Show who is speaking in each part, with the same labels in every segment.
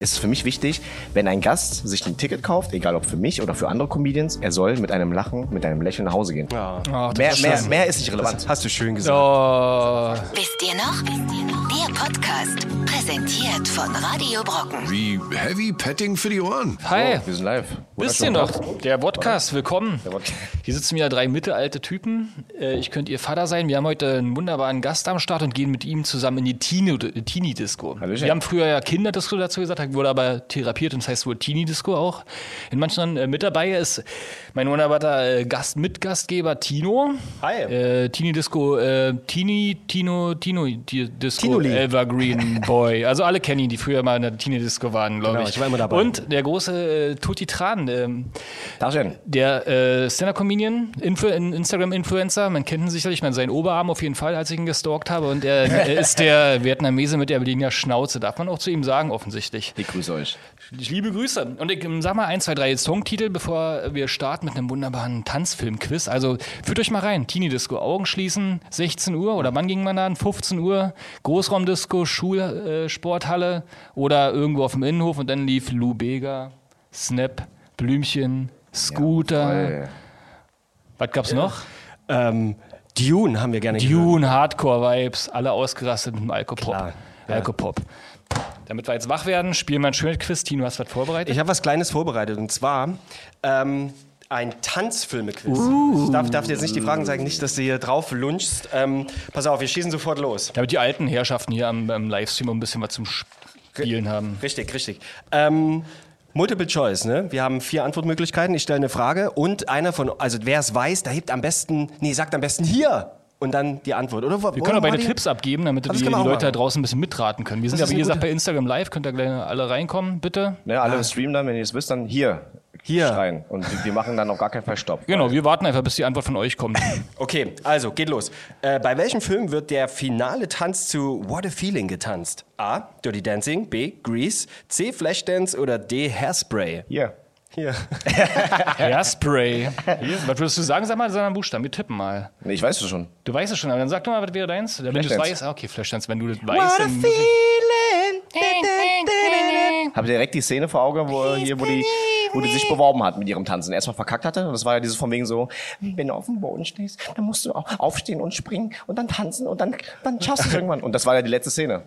Speaker 1: ist für mich wichtig, wenn ein Gast sich ein Ticket kauft, egal ob für mich oder für andere Comedians, er soll mit einem Lachen, mit einem Lächeln nach Hause gehen.
Speaker 2: Ja.
Speaker 3: Ah,
Speaker 1: Mehr, mehr, mehr ist nicht relevant.
Speaker 2: Hast du schön gesagt.
Speaker 3: Oh,
Speaker 4: Wisst ihr noch? Der Podcast, präsentiert von Radio Brocken.
Speaker 5: Wie Heavy Petting für die Ohren.
Speaker 3: hi.
Speaker 1: Wir sind live.
Speaker 3: Wisst ihr
Speaker 1: Wunderschönen Tag.
Speaker 3: noch? Der Podcast, willkommen.
Speaker 1: Wodcast.
Speaker 3: Hier sitzen wieder drei mittelalte Typen. Äh, Ich könnte ihr Vater sein. Wir haben heute einen wunderbaren Gast am Start und gehen mit ihm zusammen in die Teenie- Teenie-Disco.
Speaker 1: Hallöchen.
Speaker 3: Wir haben früher ja Kinderdisco dazu gesagt, da wurde aber therapiert und das heißt wohl Teenie-Disco auch. In manchen Ländern äh, mit dabei ist mein wunderbarer äh, Gast, Mitgastgeber Tino.
Speaker 1: Hi.
Speaker 3: Äh, Teenie-Disco, äh, Teenie, Tino, Tino, Ti- Disco,
Speaker 1: Tinoli.
Speaker 3: Evergreen Boy. Also alle kennen ihn, die früher mal in der Teenie-Disco waren, glaube
Speaker 2: Genau,
Speaker 3: ich.
Speaker 2: ich war immer dabei.
Speaker 3: Und der große äh, Tutti Tran, ähm,
Speaker 1: Taschen.
Speaker 3: der äh, Stand-Up-Comedian, Influ in- Instagram-Influencer, man kennt ihn sicherlich, man seinen Oberarm auf jeden Fall, als ich ihn gestalkt habe. Und er äh, ist der Vietnamese mit der Berliner Schnauze, darf man auch zu ihm sagen, offensichtlich.
Speaker 1: Ich grüße euch.
Speaker 3: Ich liebe Grüße. Und ich ähm, sag mal ein, zwei, drei Songtitel, bevor wir starten mit einem wunderbaren Tanzfilm-Quiz. Also führt euch mal rein. Teenie-Disco, Augen schließen, 16 Uhr oder wann ging man da an? 15 Uhr, Großraumdisco, Schulsporthalle äh, Sporthalle oder irgendwo auf dem Innenhof und dann lief Lou Bega, Snap, Blümchen, Scooter.
Speaker 1: Voll.
Speaker 3: Was gab's noch?
Speaker 2: Ähm, Dune haben wir gerne gehört.
Speaker 3: Dune, Hardcore-Vibes, alle ausgerastet mit dem Alkopop.
Speaker 2: Klar, ja.
Speaker 3: Alkopop. Damit wir jetzt wach werden, spielen wir ein schönes Quiz. Tino, hast du was vorbereitet?
Speaker 2: Ich habe was Kleines vorbereitet und zwar ähm, ein Tanzfilme-Quiz. Ich darf, darf dir jetzt nicht die Fragen zeigen, nicht, dass du hier drauf lunchst. Ähm, pass auf, wir schießen sofort los.
Speaker 3: Damit die alten Herrschaften hier am, am Livestream auch ein bisschen was zum Spielen haben.
Speaker 2: Richtig, richtig. Ähm, Multiple Choice, ne? Wir haben vier Antwortmöglichkeiten. Ich stelle eine Frage und einer von, also wer es weiß, der hebt am besten, nee, sagt am besten hier und dann die Antwort. Oder
Speaker 3: Wir können auch beide Tipps abgeben, damit die,
Speaker 2: das
Speaker 3: die
Speaker 2: können wir auch
Speaker 3: Leute da
Speaker 2: machen.
Speaker 3: draußen ein bisschen mitraten können. Wir sind
Speaker 2: Das
Speaker 3: ja,
Speaker 2: ist
Speaker 3: wie
Speaker 2: eine
Speaker 3: gesagt,
Speaker 2: gute-
Speaker 3: bei Instagram live. Könnt ihr gleich alle reinkommen, bitte?
Speaker 1: Ne, alle streamen dann, wenn ihr es wisst, dann hier,
Speaker 2: Hier.
Speaker 1: schreien. Und wir- wir machen dann auf gar keinen Fall Stopp.
Speaker 3: Genau, wir warten einfach, bis die Antwort von euch kommt.
Speaker 2: Okay, also geht los. Äh, bei welchem Film wird der finale Tanz zu What a Feeling getanzt? A. Dirty Dancing, B. Grease, C. Flashdance oder D. Hairspray?
Speaker 1: Hier.
Speaker 2: Hier.
Speaker 3: Hairspray. Hier, was würdest du sagen? Sag mal seinen Buchstaben. Wir tippen mal.
Speaker 1: Nee, ich weiß es schon.
Speaker 3: Du weißt es schon, aber dann sag doch mal, was wäre deins? Wenn du es
Speaker 1: Flashdance.
Speaker 3: weißt, ah, okay, Flashdance. Wenn du das weißt, dann
Speaker 1: Habt ihr direkt die Szene vor Augen, wo, hier, wo, die, wo die sich beworben hat mit ihrem Tanzen? Erstmal verkackt hatte. Und das war ja dieses von wegen so, wenn du auf dem Boden stehst, dann musst du auch aufstehen und springen und dann tanzen und dann, dann schaffst du es irgendwann. Und das war ja die letzte Szene.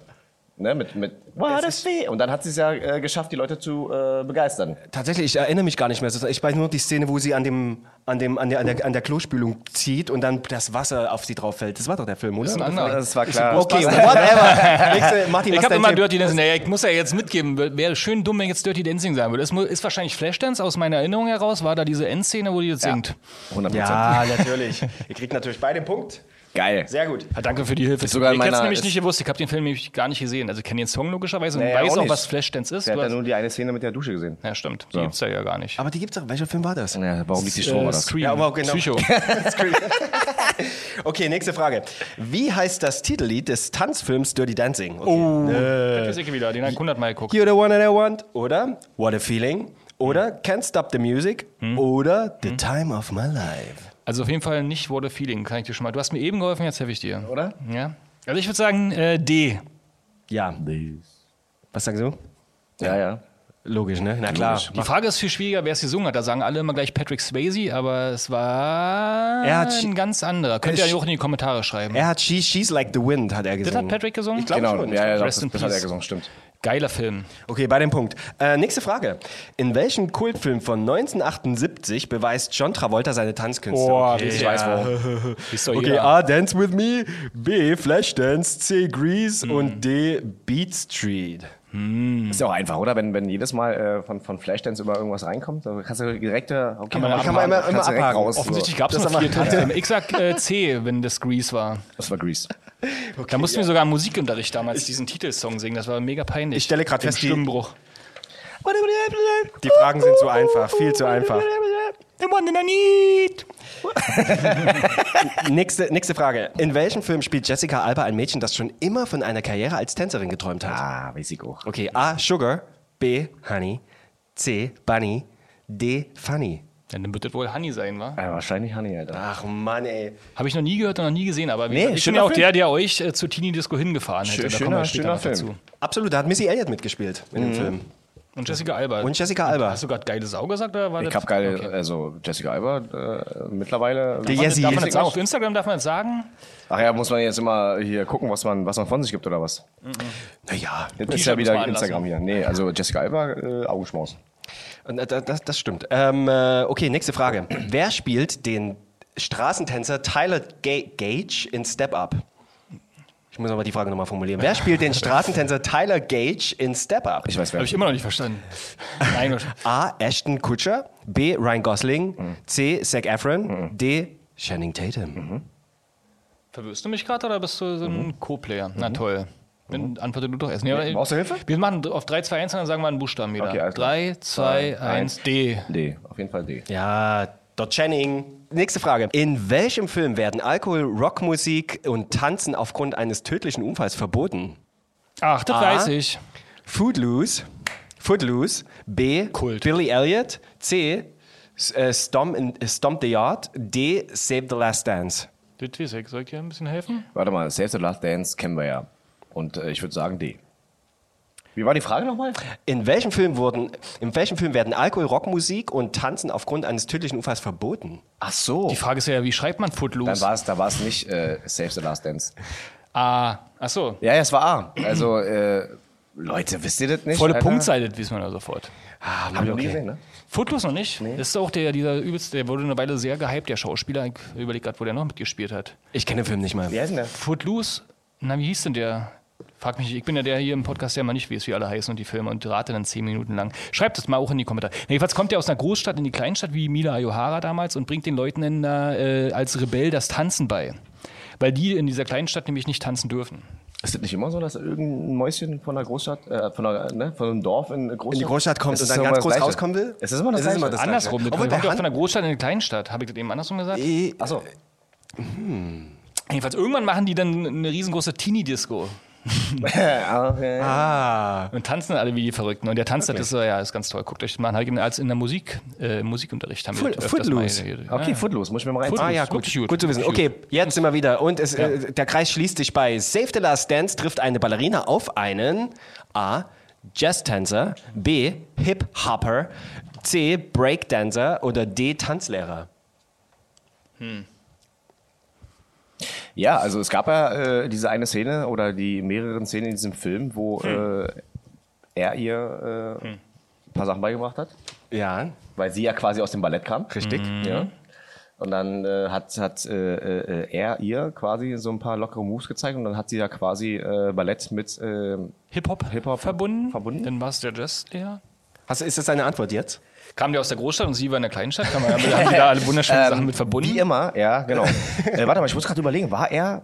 Speaker 1: Ne, mit, mit What a Feel. Und dann hat sie es ja äh, geschafft, die Leute zu äh, begeistern.
Speaker 2: Tatsächlich, ich erinnere mich gar nicht mehr. Ich weiß nur noch die Szene, wo sie an, dem, an, dem, an, der, an, der, an der Klospülung zieht und dann das Wasser auf sie drauf fällt. Das war doch der Film, oder?
Speaker 3: ist ein anderer.
Speaker 1: Das war klar.
Speaker 2: Okay, whatever. Nächste, Martin,
Speaker 3: Ich
Speaker 2: was
Speaker 3: habe
Speaker 2: dein
Speaker 3: immer
Speaker 2: Tipp?
Speaker 3: Dirty Dancing. Naja, ich muss ja jetzt mitgeben, wäre schön dumm, wenn jetzt Dirty Dancing sein würde. Es mu- ist wahrscheinlich Flashdance aus meiner Erinnerung heraus, war da diese Endszene, wo die das singt.
Speaker 1: 100%.
Speaker 2: Ja, natürlich. Ihr kriegt natürlich beide einen Punkt.
Speaker 1: Geil.
Speaker 2: Sehr gut.
Speaker 3: Ja, danke für die Hilfe.
Speaker 1: Ist sogar in
Speaker 3: ich hätte es
Speaker 1: meiner-
Speaker 3: nämlich
Speaker 1: ist-
Speaker 3: nicht gewusst, ich habe den Film nämlich gar nicht gesehen. Also ich kenne den Song logischerweise und
Speaker 1: Naja,
Speaker 3: weiß
Speaker 1: auch
Speaker 3: auch,
Speaker 1: nicht.
Speaker 3: was Flashdance ist.
Speaker 1: Der
Speaker 3: Du
Speaker 1: hat ja
Speaker 3: hast,
Speaker 1: nur die eine Szene mit der Dusche gesehen.
Speaker 3: ja, stimmt. Die gibt's ja ja gar nicht.
Speaker 2: Aber die gibt's doch. Welcher Film war das?
Speaker 1: Ja, warum liegt die Strom
Speaker 3: Äh,
Speaker 1: oder das?
Speaker 3: Scream,
Speaker 2: Ja, aber genau.
Speaker 3: Psycho. Äh,
Speaker 2: Okay, nächste Frage. Wie heißt das Titellied des Tanzfilms Dirty Dancing? Okay. Oh.
Speaker 3: Das ist ich wieder, den habe ich 100 Mal geguckt.
Speaker 2: You're the one that I want. Oder What a Feeling. Oder Can't Stop the Music. Oder The Time of My Life.
Speaker 3: Also auf jeden Fall nicht What a Feeling, kann ich dir schon mal. Du hast mir eben geholfen, jetzt helfe ich dir.
Speaker 1: Oder?
Speaker 3: Ja. Also ich würde sagen äh, D.
Speaker 2: Ja. Was sagst du?
Speaker 1: äh, Ja, ja.
Speaker 2: Logisch, ne? Na klar.
Speaker 3: Die Frage ist viel schwieriger, wer es gesungen hat. Da sagen alle immer gleich Patrick Swayze, aber es war
Speaker 2: Er hat-
Speaker 3: ein ganz anderer. Könnt ihr
Speaker 2: Er-
Speaker 3: ja auch in die Kommentare schreiben.
Speaker 2: Er hat She, She's Like the Wind, hat er
Speaker 3: das hat
Speaker 2: gesungen.
Speaker 3: Patrick gesungen?
Speaker 2: glaub
Speaker 1: Genau,
Speaker 2: schon.
Speaker 1: ja, ja,
Speaker 3: Rest
Speaker 1: das,
Speaker 3: in
Speaker 1: das hat er
Speaker 3: peace.
Speaker 1: gesungen, stimmt.
Speaker 3: Geiler Film.
Speaker 2: Okay, bei dem Punkt. Äh, nächste Frage. In welchem Kultfilm von 1978 beweist John Travolta seine Tanzkünste?
Speaker 3: okay.
Speaker 1: Ich weiß warum.
Speaker 3: Wisst doch
Speaker 2: Okay,
Speaker 3: jeder.
Speaker 2: A, Dance With Me, B, Flashdance, C, Grease und D, Beat Street.
Speaker 1: Ist ja auch einfach, oder? Wenn, wenn jedes Mal äh, von, von Flashdance über irgendwas reinkommt, dann kannst du direkt, äh, okay,
Speaker 3: man
Speaker 1: dann
Speaker 3: abhaken.
Speaker 2: Kann man
Speaker 1: kannst du direkt
Speaker 2: abhaken.
Speaker 1: raus.
Speaker 3: Offensichtlich gab es
Speaker 2: Das
Speaker 3: noch
Speaker 2: aber-
Speaker 3: vier Tanzfilme. Ich sag äh, C, wenn das Grease war.
Speaker 1: Das war Grease.
Speaker 3: da mussten wir sogar im Musikunterricht damals diesen Titelsong singen. Das war mega peinlich.
Speaker 2: Ich stelle grad
Speaker 3: Im
Speaker 2: fest, die-
Speaker 3: Stimmbruch.
Speaker 2: Die Fragen sind so einfach, viel zu einfach.
Speaker 3: The one that I need.
Speaker 2: Nächste, nächste Frage. In welchem Film spielt Jessica Alba ein Mädchen, das schon immer von einer Karriere als Tänzerin geträumt hat?
Speaker 1: Ah, weiß ich auch.
Speaker 2: Okay, A, Sugar, B, Honey, C, Bunny, D, Funny.
Speaker 3: Ja, dann wird das wohl Honey sein, wa?
Speaker 1: Ja, Äh, wahrscheinlich Honey,
Speaker 3: Ah,
Speaker 1: Alter.
Speaker 2: Ach Mann, ey.
Speaker 3: Habe ich noch nie gehört und noch nie gesehen, aber wie
Speaker 1: Nee,
Speaker 3: gesagt, ich bin
Speaker 1: schöner
Speaker 3: ja auch
Speaker 1: Film.
Speaker 3: der, der euch äh, zur Teenie Disco hingefahren hätte.
Speaker 1: Schö-
Speaker 3: da kommen wir
Speaker 1: schöner- schöner
Speaker 3: später noch
Speaker 1: Film.
Speaker 3: dazu.
Speaker 2: Absolut, da hat Missy Elliott mitgespielt in dem Film.
Speaker 3: Und Jessica Alba.
Speaker 2: Und Jessica Alba.
Speaker 3: Hast du gerade geile Sau gesagt? Oder war
Speaker 1: Ich
Speaker 3: das-
Speaker 1: hab geil,
Speaker 3: Okay.
Speaker 1: also Jessica Alba äh, mittlerweile.
Speaker 2: Der
Speaker 1: Darf man- darf man
Speaker 3: Darf
Speaker 2: Jessi.
Speaker 3: man
Speaker 1: jetzt
Speaker 3: jetzt
Speaker 1: sagen?
Speaker 3: auf Instagram darf man jetzt sagen?
Speaker 1: Ach ja, muss man jetzt immer hier gucken, was man, was man von sich gibt oder was?
Speaker 2: Naja,
Speaker 1: Jetzt ist
Speaker 3: T-Shirt
Speaker 1: ja
Speaker 3: muss
Speaker 1: wieder
Speaker 3: man
Speaker 1: Instagram hier. Nee, also Jessica Alba, äh, Augenschmaus.
Speaker 2: Und, äh, Das, das stimmt. Ähm, äh, okay, nächste Frage. Wer spielt den Straßentänzer Tyler Ga Gage in Step Up? Ich muss aber die Frage nochmal formulieren. Wer spielt den Straßentänzer Tyler Gage in Step Up?
Speaker 1: Ich weiß wer.
Speaker 3: Habe ich immer noch nicht verstanden. Nein,
Speaker 2: A. Ashton Kutcher. B. Ryan Gosling. C. Zac Efron. D. Channing Tatum.
Speaker 1: Mhm.
Speaker 3: verwirrst du mich gerade oder bist du so ein Co-Player? Na toll. Dann antworte du doch erst. Nee, aber-
Speaker 1: brauchst du Hilfe?
Speaker 3: Wir machen auf 3, 2, 1 und dann sagen wir einen Buchstaben wieder.
Speaker 1: Okay, alles klar.
Speaker 3: 3, 2, 1, D.
Speaker 1: D, auf jeden Fall D.
Speaker 2: Ja, Dot Channing. Nächste Frage. In welchem Film werden Alkohol, Rockmusik und Tanzen aufgrund eines tödlichen Unfalls verboten?
Speaker 3: Ach, das
Speaker 2: Ah.
Speaker 3: weiß ich.
Speaker 2: Footloose. Footloose. B.
Speaker 3: Kult.
Speaker 2: Billy Elliot. C. S- äh, Stomp, in, äh, Stomp the Yard. D. Save the Last Dance.
Speaker 3: Das weiß ich. Soll ich dir ein bisschen helfen?
Speaker 1: Warte mal, Save the Last Dance kennen wir ja. Und äh, ich würde sagen D. Wie war die Frage nochmal?
Speaker 2: In welchem Film wurden, in welchem Film werden Alkohol, Rockmusik und Tanzen aufgrund eines tödlichen Unfalls verboten?
Speaker 1: Ach so.
Speaker 3: Die Frage ist ja, wie schreibt man
Speaker 1: Dann
Speaker 3: Footloose?
Speaker 1: war es da war's nicht äh, Save the Last Dance.
Speaker 3: Ah, ach so.
Speaker 1: Ja, ja, es war A. Also, äh, Leute, wisst ihr das nicht?
Speaker 3: Volle
Speaker 1: Alter?
Speaker 3: Punktseite, das wissen wir da sofort.
Speaker 2: Ah,
Speaker 1: Hab ich noch nie gesehen, ne?
Speaker 3: Footloose noch nicht. Das ist auch der, dieser übelste, der wurde eine Weile sehr gehypt, der Schauspieler. Ich überlege gerade, wo der noch mitgespielt hat.
Speaker 2: Ich kenne den Film nicht mal.
Speaker 1: Wie heißt denn der?
Speaker 3: Footloose, na, wie hieß denn der? Frag mich, nicht. ich bin ja der hier im Podcast, der mal nicht weiß, wie alle heißen und die Filme und rate dann zehn Minuten lang. Schreibt es mal auch in die Kommentare. Na, jedenfalls kommt er aus einer Großstadt in die Kleinstadt wie Mila Ayohara damals und bringt den Leuten in, äh, äh, als Rebell das Tanzen bei. Weil die in dieser Kleinstadt nämlich nicht tanzen dürfen.
Speaker 1: Ist das nicht immer so, dass irgendein Mäuschen von einer Großstadt, äh, von, einer, ne, von einem Dorf in eine Großstadt,
Speaker 2: In die Großstadt kommt
Speaker 1: Es
Speaker 2: und
Speaker 1: ist
Speaker 2: dann
Speaker 1: immer
Speaker 2: ganz
Speaker 1: das
Speaker 2: groß
Speaker 1: Gleiche.
Speaker 2: rauskommen will?
Speaker 1: Es ist immer das,
Speaker 2: Es ist immer
Speaker 1: Gleiche.
Speaker 2: Das
Speaker 3: andersrum,
Speaker 2: gleiche.
Speaker 3: das
Speaker 2: Obwohl
Speaker 3: kommt
Speaker 2: bei
Speaker 3: ja von der
Speaker 2: Han-
Speaker 3: Großstadt in die Kleinstadt. Habe ich das eben andersrum gesagt?
Speaker 2: E-
Speaker 1: Ach so.
Speaker 3: Jedenfalls irgendwann machen die dann eine riesengroße Teenie-Disco
Speaker 1: okay.
Speaker 2: Ah.
Speaker 3: und tanzen alle wie die Verrückten. Und der Tanz, das ist so, ja, ist ganz toll. Guckt euch das mal an. Hab ich eben Als in der Musik, äh, Musikunterricht haben wir
Speaker 2: Foot-
Speaker 3: das öfters mal ne?
Speaker 2: Footloose.
Speaker 3: hier-
Speaker 1: Äh, Okay,
Speaker 3: ja.
Speaker 1: Footloose, muss ich mir mal rein.
Speaker 3: Footloose.
Speaker 2: Ah ja,
Speaker 3: Ist
Speaker 2: gut.
Speaker 3: wirklich
Speaker 2: Gut,
Speaker 3: gut.
Speaker 2: zu wissen. Okay, jetzt sind wir wieder. Und es, äh, der Kreis schließt sich bei Save the Last Dance trifft eine Ballerina auf einen A. Jazz-Tänzer, B. Hip-Hopper, C. Breakdancer oder D. Tanzlehrer.
Speaker 1: Ja, also es gab ja äh, diese eine Szene oder die mehreren Szenen in diesem Film, wo äh, er ihr äh, ein paar Sachen beigebracht hat,
Speaker 2: Ja,
Speaker 1: weil sie ja quasi aus dem Ballett kam. Richtig.
Speaker 3: Mhm.
Speaker 2: Mhm.
Speaker 1: Ja. Und dann äh, hat, hat äh, äh, er ihr quasi so ein paar lockere Moves gezeigt und dann hat sie ja quasi äh, Ballett mit äh,
Speaker 3: Hip-Hop
Speaker 1: Hip-Hop
Speaker 3: verbunden.
Speaker 1: verbunden.
Speaker 3: Dann war es der Jazzlehrer.
Speaker 2: Hast, ist das deine Antwort jetzt?
Speaker 3: Kam der aus der Großstadt und sie war in der Kleinstadt? Kann man, haben die da alle wunderschönen Sachen mit
Speaker 1: Wie
Speaker 3: verbunden?
Speaker 1: immer, ja, genau. äh, warte mal, ich muss gerade überlegen, war er,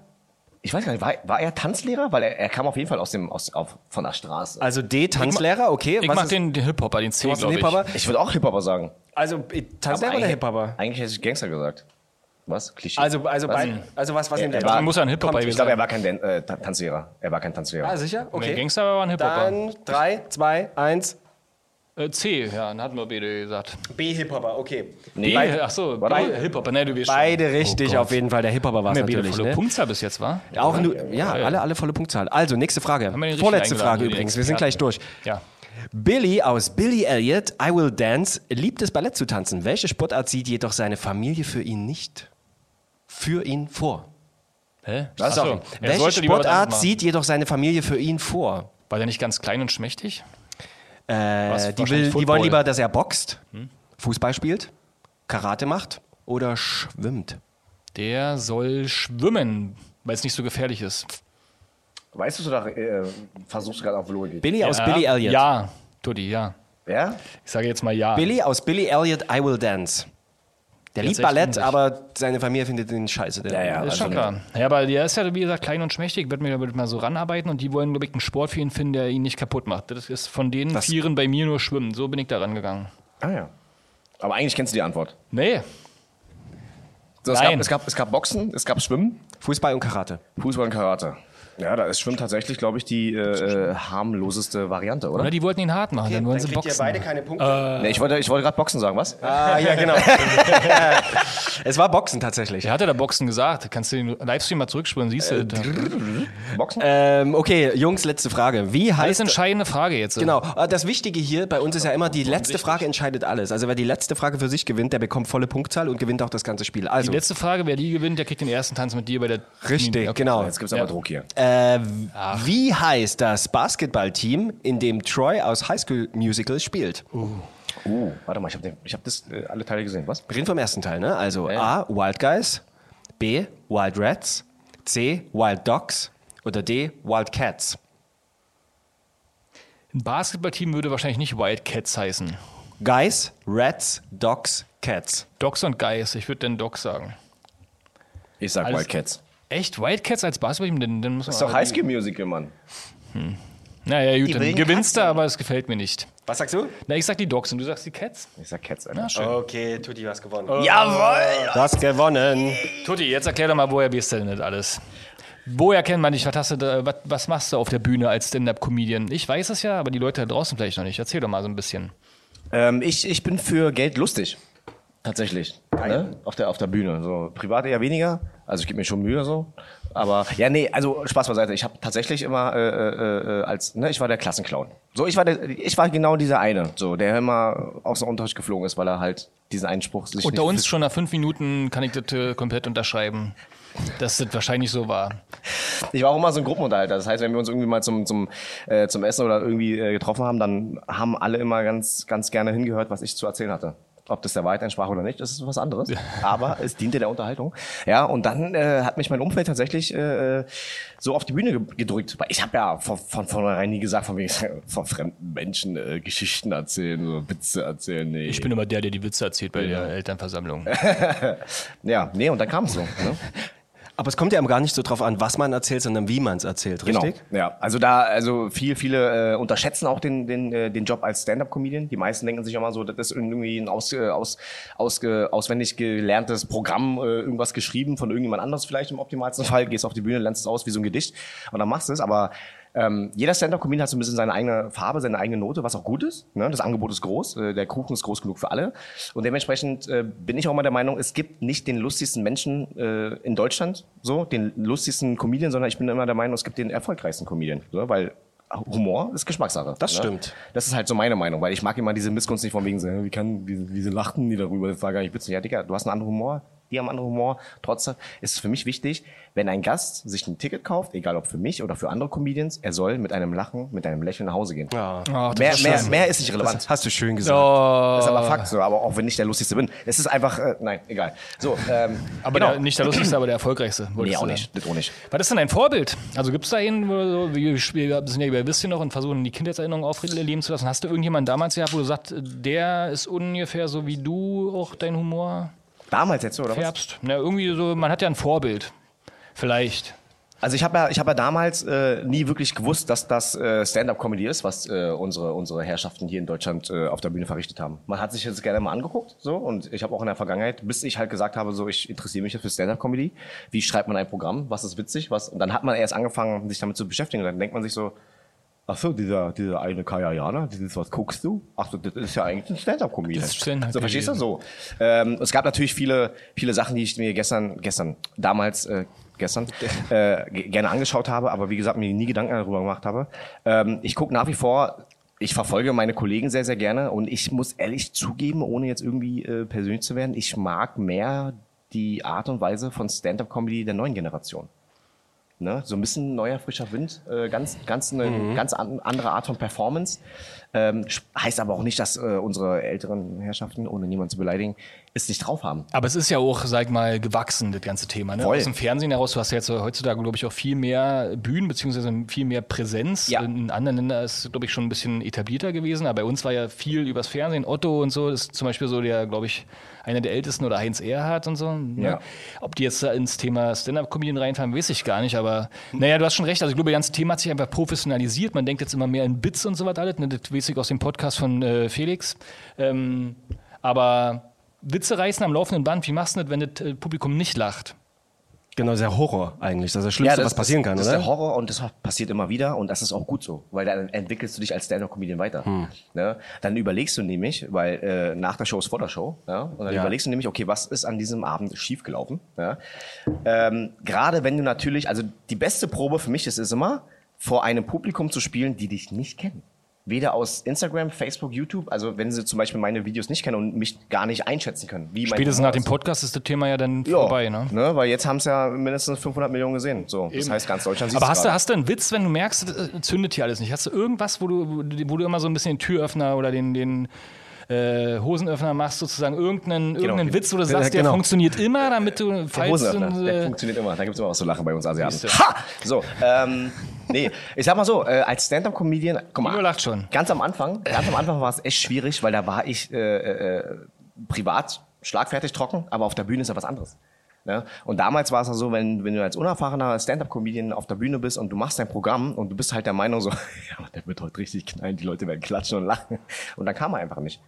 Speaker 1: ich weiß gar nicht, war, war er Tanzlehrer? Weil er, er kam auf jeden Fall aus dem, aus, auf, von der Straße.
Speaker 2: Also D. Tanzlehrer, okay.
Speaker 3: Ich mach den, den Hip-Hopper, den C,
Speaker 2: machst den
Speaker 3: glaube ich.
Speaker 2: Hip-Hopper?
Speaker 1: Ich würde auch Hip-Hopper sagen.
Speaker 2: Also äh, Tanzlehrer oder
Speaker 1: eigentlich-
Speaker 2: Hip-Hopper?
Speaker 1: Eigentlich hätte ich Gangster gesagt. Was? Klischee.
Speaker 2: Also, also,
Speaker 1: was?
Speaker 2: beid- also was, was
Speaker 1: Er-
Speaker 2: nimmt
Speaker 1: er
Speaker 2: der?
Speaker 1: war-
Speaker 3: muss ja ein Hip-Hopper
Speaker 2: Kommt,
Speaker 1: ich
Speaker 3: gewesen
Speaker 1: glaube, er
Speaker 3: sein.
Speaker 1: war kein Dan äh, Ta- Tanzlehrer. Er war kein Tanzlehrer.
Speaker 2: Ah, sicher? Okay.
Speaker 3: Nee, Gangster war ein Hip-Hopper.
Speaker 2: Dann 3, 2, 1.
Speaker 3: Äh, C, ja, dann hatten wir beide gesagt.
Speaker 2: B. Hip-Hopper, okay.
Speaker 3: B, ach so,
Speaker 1: warte
Speaker 3: B,
Speaker 1: mal.
Speaker 3: Hip-Hopper. Nee, du wirst
Speaker 2: Beide richtig, auf jeden Fall. Der Hip-Hopper war es
Speaker 3: Haben wir
Speaker 2: natürlich.
Speaker 3: volle
Speaker 2: Ne?
Speaker 3: Punktzahl bis jetzt, war?
Speaker 2: Auch nur, ja, alle, alle volle Punktzahl. Also, nächste Frage.
Speaker 3: wir den richtigen
Speaker 2: Vorletzte
Speaker 3: eingeladen,
Speaker 2: Frage
Speaker 3: den
Speaker 2: übrigens. Wir sind gleich
Speaker 3: Experten.
Speaker 2: durch.
Speaker 3: Ja.
Speaker 2: Billy aus Billy Elliot, I Will Dance, liebt es Ballett zu tanzen. Welche Sportart sieht jedoch seine Familie für ihn nicht? Für ihn vor.
Speaker 3: Hä?
Speaker 1: Das ist
Speaker 3: Ach so.
Speaker 1: auch-
Speaker 3: Er
Speaker 2: Welche
Speaker 3: sollte lieber was anderes
Speaker 2: Sportart
Speaker 3: machen.
Speaker 2: sieht jedoch seine Familie für ihn vor?
Speaker 3: War der nicht ganz klein und schmächtig? Was,
Speaker 2: Äh, die,
Speaker 3: wahrscheinlich
Speaker 2: will, die
Speaker 3: Football. Hm?
Speaker 2: wollen lieber, dass er boxt, Fußball spielt, Karate macht oder schwimmt.
Speaker 3: Der soll schwimmen, weil es nicht so gefährlich ist.
Speaker 1: Weißt du, du da, äh, versuchst du gerade auf Logik.
Speaker 2: Billy aus
Speaker 3: ja.
Speaker 2: Billy Elliot.
Speaker 3: Ja, Tutti, ja.
Speaker 1: Ja?
Speaker 3: Ich sage jetzt mal ja.
Speaker 2: Billy aus Billy Elliot, I Will Dance. Der liebt
Speaker 3: Jetzt
Speaker 2: Ballett,
Speaker 3: echt
Speaker 2: aber seine Familie findet ihn scheiße. Den
Speaker 1: Ja, ja.
Speaker 3: ist schon
Speaker 2: also-
Speaker 3: klar. Ja, aber der ist ja, wie gesagt, klein und schmächtig, wird mir damit mal so ranarbeiten und die wollen, glaube ich, einen Sport für ihn finden, der ihn nicht kaputt macht. Das ist von den Vieren bei mir nur Schwimmen. So bin ich da rangegangen.
Speaker 1: Ah ja. Aber eigentlich kennst du die Antwort.
Speaker 3: Nee,
Speaker 1: So, es,
Speaker 3: Nein.
Speaker 1: Gab, es, gab, es gab Boxen, es gab Schwimmen,
Speaker 2: Fußball und Karate.
Speaker 1: Fußball und Karate. Ja, da ist Schwimmen tatsächlich, glaube ich, die äh, äh, harmloseste Variante, oder?
Speaker 3: oder die wollten ihn hart machen, dann wollen sie boxen. äh,
Speaker 2: keine Punkte.
Speaker 1: Nee, ich wollte, ich wollte gerade Boxen sagen, was?
Speaker 2: Ah, ja, genau. Ah, Es war Boxen tatsächlich.
Speaker 3: Der hatte da Boxen gesagt. Kannst du den Livestream mal zurückspulen, siehst du.
Speaker 2: Äh,
Speaker 3: das
Speaker 1: Boxen?
Speaker 3: Äh,
Speaker 2: Ähm, okay, Jungs, letzte Frage. Wie
Speaker 3: ist
Speaker 2: heißt
Speaker 3: eine entscheidende Frage jetzt.
Speaker 2: Genau. Äh, Das Wichtige hier bei uns ist ja immer, die letzte Frage entscheidet alles. Also wer die letzte Frage für sich gewinnt, der bekommt volle Punktzahl und gewinnt auch das ganze Spiel. Also,
Speaker 3: Die letzte Frage, wer die gewinnt, der kriegt den ersten Tanz mit dir bei der
Speaker 2: richtig,
Speaker 3: Okay.
Speaker 2: genau.
Speaker 1: Jetzt gibt's aber Druck hier.
Speaker 2: Äh, wie heißt das Basketballteam, in dem Troy aus High School Musical spielt?
Speaker 1: Uh, warte mal, ich habe hab das äh, alle Teile gesehen. Was?
Speaker 2: Wir reden vom ersten Teil, ne? Also A, Wild Guys, B, Wild Rats, C, Wild Dogs oder D, Wild Cats.
Speaker 3: Ein Basketballteam würde wahrscheinlich nicht Wildcats heißen.
Speaker 2: Guys, Rats, Dogs, Cats.
Speaker 3: Dogs und Guys, ich würde den Dogs sagen.
Speaker 1: Ich sag
Speaker 3: Alles-
Speaker 1: Wildcats.
Speaker 3: Echt? Wildcats als Basketballteam? Dann, dann muss man
Speaker 1: Das ist doch Highschool Musical, Mann.
Speaker 3: Naja, gut, dann
Speaker 1: wilden
Speaker 3: gewinnst du, aber es gefällt mir nicht.
Speaker 2: Was sagst du?
Speaker 3: Na, ich sag die Dogs und du sagst die Cats.
Speaker 1: Ich sag Cats einfach.
Speaker 2: Okay, Tutti, du hast gewonnen.
Speaker 1: Oh.
Speaker 2: Jawohl! Du hast gewonnen.
Speaker 3: Tutti, jetzt erklär doch mal, woher bist du denn das alles? Woher kennt man dich? Was, hast du da, was, was machst du auf der Bühne als Stand-Up-Comedian? Ich weiß es ja, aber die Leute da draußen vielleicht noch nicht. Erzähl doch mal so ein bisschen.
Speaker 1: Ähm, ich, ich bin für Geld lustig. Tatsächlich. Ne? Auf, der, auf der Bühne. So, privat eher weniger. Also ich gebe mir schon Mühe so. Aber ja, nee, also Spaß beiseite. Ich habe tatsächlich immer äh, äh, äh, als, ne, ich war der Klassenclown. So, ich war der, ich war genau dieser eine, so, der immer aus dem Unterricht geflogen ist, weil er halt diesen Einspruch sich
Speaker 3: Unter
Speaker 1: nicht
Speaker 3: uns schon nach fünf Minuten kann ich das äh, komplett unterschreiben, dass das wahrscheinlich so war.
Speaker 1: Ich war auch immer so ein Gruppenunterhalter. Das heißt, wenn wir uns irgendwie mal zum, zum, äh, zum Essen oder irgendwie äh, getroffen haben, dann haben alle immer ganz, ganz gerne hingehört, was ich zu erzählen hatte. Ob das der Wahrheit entsprach oder nicht, das ist was anderes. Aber es diente der Unterhaltung. Ja, und dann äh, hat mich mein Umfeld tatsächlich äh, so auf die Bühne ge gedrückt. Weil ich habe ja von, von vornherein nie gesagt, von wegen von fremden Menschen äh, Geschichten erzählen oder Witze erzählen. Nee.
Speaker 3: Ich bin immer der, der die Witze erzählt bei der Elternversammlung.
Speaker 1: ja, nee, und dann kam es so. Ne?
Speaker 2: Aber es kommt ja eben gar nicht so drauf an, was man erzählt, sondern wie man es erzählt, richtig?
Speaker 1: Genau. Ja, also da, also viel, viele äh, unterschätzen auch den, den, äh, den Job als Stand-up-Comedian. Die meisten denken sich immer so, das ist irgendwie ein aus, äh, aus, ausge, auswendig gelerntes Programm, äh, irgendwas geschrieben von irgendjemand anders vielleicht im optimalsten Fall. Gehst auf die Bühne, lernst es aus wie so ein Gedicht und dann machst du es. Aber ähm, jeder Stand-up-Comedian hat so ein bisschen seine eigene Farbe, seine eigene Note, was auch gut ist. Ne? Das Angebot ist groß, äh, der Kuchen ist groß genug für alle. Und dementsprechend äh, bin ich auch immer der Meinung, es gibt nicht den lustigsten Menschen äh, in Deutschland, so den lustigsten Comedian, sondern ich bin immer der Meinung, es gibt den erfolgreichsten Comedian, so, weil Humor ist Geschmackssache.
Speaker 2: Das stimmt.
Speaker 1: Das ist halt so meine Meinung, weil ich mag immer diese Missgunst nicht von wegen, so, wie kann diese, diese lachten die darüber, das war gar nicht witzig. Ja, Digga, du hast einen anderen Humor, die haben einen anderen Humor. Trotzdem ist es für mich wichtig, wenn ein Gast sich ein Ticket kauft, egal ob für mich oder für andere Comedians, er soll mit einem Lachen, mit einem Lächeln nach Hause gehen.
Speaker 3: Ach, das
Speaker 1: mehr,
Speaker 3: ist
Speaker 1: mehr,
Speaker 3: schön.
Speaker 1: mehr ist nicht relevant.
Speaker 2: Hast du schön gesagt.
Speaker 3: Oh,
Speaker 1: Das ist aber Fakt, so, aber auch wenn ich der Lustigste bin. Es ist einfach, äh, nein, egal. So, ähm,
Speaker 3: aber der, nicht der lustigste, aber der erfolgreichste. wolltest
Speaker 1: nee, auch
Speaker 3: du
Speaker 1: nicht,
Speaker 3: sagen.
Speaker 1: das auch nicht.
Speaker 3: Was ist denn dein Vorbild? Also gibt es da einen, wo du so, wir wir sind ja über Wisschen noch und versuchen, die Kindheitserinnerungen aufleben zu lassen. Hast du irgendjemanden damals gehabt, wo du sagst, der ist ungefähr so wie du auch dein Humor
Speaker 1: Damals jetzt, so, oder was?
Speaker 3: färbst? Na, irgendwie so, man hat ja ein Vorbild. Vielleicht.
Speaker 1: Also ich habe ja, ich habe ja damals äh, nie wirklich gewusst, dass das äh, Stand-up-Comedy ist, was äh, unsere unsere Herrschaften hier in Deutschland äh, auf der Bühne verrichtet haben. Man hat sich das gerne mal angeguckt, so und ich habe auch in der Vergangenheit, bis ich halt gesagt habe, so ich interessiere mich jetzt für Stand-up-Comedy. Wie schreibt man ein Programm? Was ist witzig? Was? Und dann hat man erst angefangen, sich damit zu beschäftigen. Und dann denkt man sich so. Ach so, dieser, dieser eine Kajayana, dieses, was guckst du? Ach so, das ist ja eigentlich ein Stand-Up-Comedian.
Speaker 3: Das ist Stand-up
Speaker 1: so, verstehst du?
Speaker 3: gewesen.
Speaker 1: So, so. Ähm, es gab natürlich viele, viele Sachen, die ich mir gestern, gestern, damals, äh, gestern, äh, ge- gerne angeschaut habe, aber wie gesagt, mir nie Gedanken darüber gemacht habe. Ähm, ich gucke nach wie vor, ich verfolge meine Kollegen sehr, sehr gerne und ich muss ehrlich zugeben, ohne jetzt irgendwie äh, persönlich zu werden, ich mag mehr die Art und Weise von Stand-up-Comedy der neuen Generation. Ne? So ein bisschen neuer, frischer Wind, äh, ganz, ganz eine ganz an, andere Art von Performance. Ähm, sch- heißt aber auch nicht, dass äh, unsere älteren Herrschaften, ohne niemanden zu beleidigen, es nicht drauf haben.
Speaker 3: Aber es ist ja auch, sag ich mal, gewachsen, das ganze Thema. Ne?
Speaker 1: Voll.
Speaker 3: Aus dem Fernsehen heraus, du hast ja jetzt heutzutage, glaube ich, auch viel mehr Bühnen, beziehungsweise viel mehr Präsenz.
Speaker 1: Ja.
Speaker 3: In anderen Ländern ist es, glaube ich, schon ein bisschen etablierter gewesen. Aber bei uns war ja viel übers Fernsehen. Otto und so ist zum Beispiel so der, glaube ich, einer der ältesten oder Heinz Erhardt und so. Ne?
Speaker 1: Ja.
Speaker 3: Ob die jetzt da ins Thema Stand-Up-Comedian reinfahren, weiß ich gar nicht. Aber naja, du hast schon recht. Also, ich glaube, das ganze Thema hat sich einfach professionalisiert. Man denkt jetzt immer mehr in Bits und so was alles. Ne? Das weiß ich aus dem Podcast von äh, Felix. Ähm, aber Witze reißen am laufenden Band, wie machst du das, wenn das äh, Publikum nicht lacht?
Speaker 2: Genau, das ist ja Horror eigentlich. Das ist das Schlimmste, was passieren kann,
Speaker 1: das
Speaker 2: oder?
Speaker 1: ist der Horror und das passiert immer wieder und das ist auch gut so, weil dann entwickelst du dich als Stand-Up-Comedian weiter.
Speaker 2: Hm.
Speaker 1: Ne? Dann überlegst du nämlich, weil äh, nach der Show ist vor der Show, ja? und dann
Speaker 2: Ja.
Speaker 1: überlegst du nämlich, okay, was ist an diesem Abend schiefgelaufen? Ja? Ähm, Gerade wenn du natürlich, also die beste Probe für mich ist es immer, vor einem Publikum zu spielen, die dich nicht kennen. Weder aus Instagram, Facebook, YouTube, also wenn sie zum Beispiel meine Videos nicht kennen und mich gar nicht einschätzen können. Wie mein
Speaker 3: Spätestens
Speaker 1: Humor
Speaker 3: nach dem
Speaker 1: ist.
Speaker 3: Podcast ist das Thema ja dann
Speaker 1: Also. Ja,
Speaker 3: vorbei, ne?
Speaker 1: Weil jetzt haben es ja mindestens 500 Millionen gesehen. So, das heißt, ganz Deutschland sieht
Speaker 3: Aber hast du, hast du einen Witz, wenn du merkst, äh, zündet hier alles nicht? Hast du irgendwas, wo du, wo du immer so ein bisschen den Türöffner oder den, den äh, Hosenöffner machst, sozusagen irgendeinen, irgendeinen Witz, wo du sagst, der
Speaker 2: genau.
Speaker 3: funktioniert immer, damit du,
Speaker 1: der
Speaker 3: falls du,
Speaker 1: Hosenöffner, der
Speaker 3: äh,
Speaker 1: funktioniert immer. Da gibt es immer was zu lachen bei uns Asiaten. Ha! So, ähm, nee, ich sag mal so, äh, als Stand-Up-Comedian, guck mal,
Speaker 3: Ingo lacht schon.
Speaker 1: ganz am Anfang, ganz am Anfang war es echt schwierig, weil da war ich äh, äh, privat schlagfertig trocken, aber auf der Bühne ist ja was anderes. Ne? Und damals war es ja so, wenn, wenn du als unerfahrener Stand-Up-Comedian auf der Bühne bist und du machst dein Programm und du bist halt der Meinung so, ja, der wird heute richtig knallen, die Leute werden klatschen und lachen. Und dann kam er einfach nicht.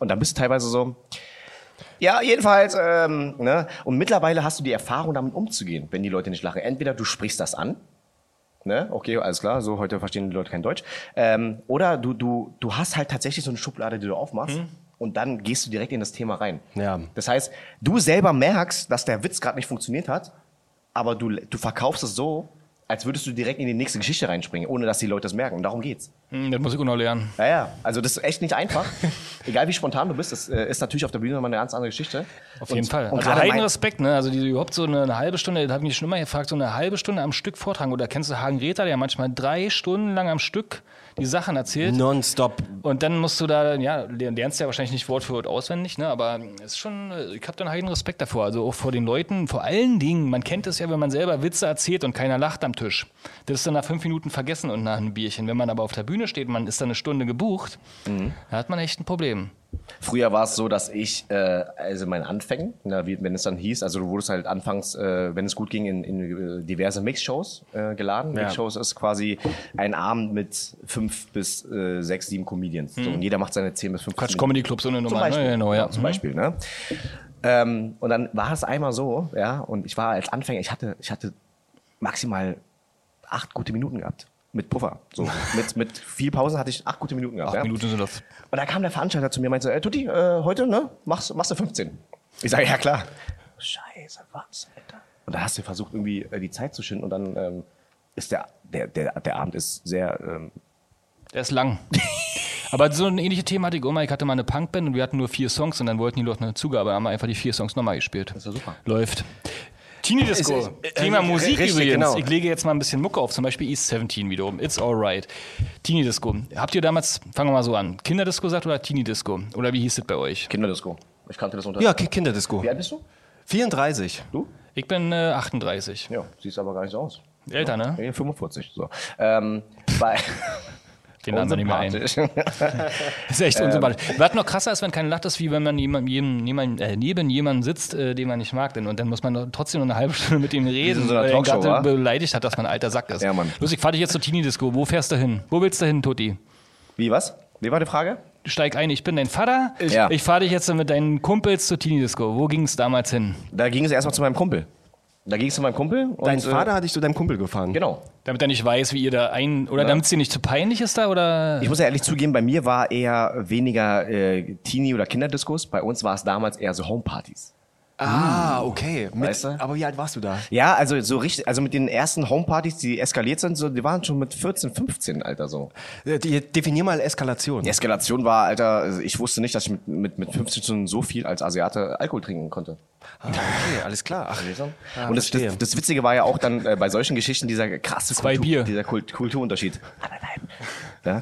Speaker 1: Und dann bist du teilweise so, ja, jedenfalls. Ähm, ne? Und mittlerweile hast du die Erfahrung, damit umzugehen, wenn die Leute nicht lachen. Entweder du sprichst das an. Ne? Okay, alles klar, so heute verstehen die Leute kein Deutsch. Ähm, oder du, du, du hast halt tatsächlich so eine Schublade, die du aufmachst. Und dann gehst du direkt in das Thema rein.
Speaker 2: Ja.
Speaker 1: Das heißt, du selber merkst, dass der Witz gerade nicht funktioniert hat, aber du, du verkaufst es so, als würdest du direkt in die nächste Geschichte reinspringen, ohne dass die Leute das merken. Und darum geht's.
Speaker 3: Hm, das muss ich auch noch lernen.
Speaker 1: Ja, ja, also das ist echt nicht einfach. Egal wie spontan du bist, das äh, ist natürlich auf der Bühne nochmal eine ganz andere Geschichte.
Speaker 3: Auf jeden Fall.
Speaker 1: Und
Speaker 3: also
Speaker 1: gerade
Speaker 3: heiden
Speaker 1: mein,
Speaker 3: Respekt, ne? Also die die überhaupt so eine, eine halbe Stunde, da habe ich mich schon immer gefragt, so eine halbe Stunde am Stück vortragen. Oder kennst du Hagen Räther, der manchmal drei Stunden lang am Stück die Sachen erzählt?
Speaker 2: Nonstop.
Speaker 3: Und dann musst du da, ja, lern- lernst ja wahrscheinlich nicht Wort für Wort auswendig, ne? aber es ist schon, äh, ich habe dann heiden Respekt davor, also auch vor den Leuten, vor allen Dingen, man kennt es ja, wenn man selber Witze erzählt und keiner lacht am Tisch. Das ist dann nach fünf Minuten vergessen und nach einem Bierchen. Wenn man aber auf der Bühne steht, man ist dann eine Stunde gebucht,
Speaker 1: Mhm.
Speaker 3: da hat man echt ein Problem.
Speaker 1: früher war es so, dass ich, äh, also mein Anfängen, na, wie, wenn es dann hieß, also du wurdest halt anfangs, äh, wenn es gut ging, in, in äh, diverse Mixshows äh, geladen. Mixshows ist quasi ein Abend mit fünf bis äh, sechs, sieben Comedians. So, und jeder macht seine zehn bis 15
Speaker 3: Hm. Quatsch, Comedy Club, so eine
Speaker 1: Zum
Speaker 3: Nummer.
Speaker 1: Beispiel.
Speaker 3: ne? Genau, ja.
Speaker 1: Zum Beispiel, ne? Ähm, und dann war es einmal so, ja, und ich war als Anfänger, ich hatte, ich hatte maximal acht gute Minuten gehabt. Mit Puffer. So. mit, mit viel Pause hatte ich acht gute Minuten gehabt.
Speaker 3: Acht
Speaker 1: ja.
Speaker 3: Minuten sind das.
Speaker 1: Und da kam der Veranstalter zu mir und meinte, so, äh, Tutti, äh, heute, ne, machst, machst du 15. Ich sage, ja klar. Scheiße, was, Alter. Und da hast du versucht, irgendwie äh, die Zeit zu schinden und dann ähm, ist der, der, der, der Abend ist sehr ähm,
Speaker 3: Der ist lang. Aber so eine ähnliche Thematik, oh mein, ich hatte mal eine Punkband und wir hatten nur vier Songs und dann wollten die Leute eine Zugabe, haben wir einfach die vier Songs nochmal gespielt. Das
Speaker 1: ist ja super.
Speaker 3: Läuft. Teenie Disco.
Speaker 2: Ist- ist-
Speaker 3: Thema
Speaker 2: äh,
Speaker 3: Musik
Speaker 2: richtig,
Speaker 3: übrigens.
Speaker 2: genau.
Speaker 3: Ich lege jetzt mal ein bisschen Mucke auf, zum Beispiel East 17 wiederum. It's alright. Teenie Disco. Habt ihr damals, fangen wir mal so an, Kinderdisco gesagt oder Teenie Disco? Oder wie hieß es bei euch?
Speaker 1: Kinderdisco. Ich kannte das unter.
Speaker 2: Ja, Ki- Kinderdisco.
Speaker 1: Wie alt bist du?
Speaker 2: 34.
Speaker 3: Ich bin äh, 38.
Speaker 1: Ja, siehst aber gar nicht so aus.
Speaker 3: Älter, ne?
Speaker 1: Nee, 45. So. Ähm, bei
Speaker 3: Den laden wir nicht mehr ein.
Speaker 1: Unsympathisch.
Speaker 3: Ist echt
Speaker 1: Ähm.
Speaker 3: unsympathisch. Was noch krasser ist, wenn keiner lacht, ist, wie wenn man jemand, jemand, jemand, äh, neben jemandem sitzt, äh, den man nicht mag. Denn, und dann muss man doch trotzdem noch eine halbe Stunde mit ihm reden,
Speaker 1: in so einer
Speaker 3: weil er ihn
Speaker 1: Talkshow, wa?
Speaker 3: gerade beleidigt hat, dass man ein alter Sack ist.
Speaker 1: Ja, Mann.
Speaker 3: Lustig, fahr dich jetzt zur Teenie-Disco. Wo fährst du hin? Wo willst du hin, Tutti?
Speaker 1: Wie was? Wie war die Frage?
Speaker 3: Steig ein, ich bin dein Vater. Ich,
Speaker 1: Ja.
Speaker 3: ich fahre dich jetzt mit deinen Kumpels zur Teenie-Disco. Wo ging es damals hin?
Speaker 1: Da ging es erstmal zu meinem Kumpel. Da ging es zu meinem Kumpel. Und,
Speaker 2: Dein
Speaker 1: äh,
Speaker 2: Vater hatte ich zu deinem Kumpel gefahren.
Speaker 1: Genau.
Speaker 3: Damit er nicht weiß, wie ihr da ein... Oder damit es dir nicht zu peinlich ist da? Oder...
Speaker 1: Ich muss ja ehrlich zugeben, bei mir war eher weniger äh, Teenie- oder Kinderdiskos. Bei uns war es damals eher so Homepartys.
Speaker 2: Ah, okay. Mit,
Speaker 1: Weißt du?
Speaker 2: Aber wie alt warst du da?
Speaker 1: Ja, also so richtig, also mit den ersten Homepartys, die eskaliert sind, so, die waren schon mit 14, 15, Alter, so.
Speaker 2: Äh, die- Definier mal Eskalation.
Speaker 1: Die Eskalation war, Alter, also ich wusste nicht, dass ich mit, mit, mit 15 schon so viel als Asiate Alkohol trinken konnte.
Speaker 2: Ah, okay, alles klar. Ach, ah,
Speaker 1: und das,
Speaker 2: verstehe.
Speaker 1: das, das Witzige war ja auch dann äh, bei solchen Geschichten dieser krasse
Speaker 3: Zwei Bier.
Speaker 1: dieser Kult Kulturunterschied. Aber nein.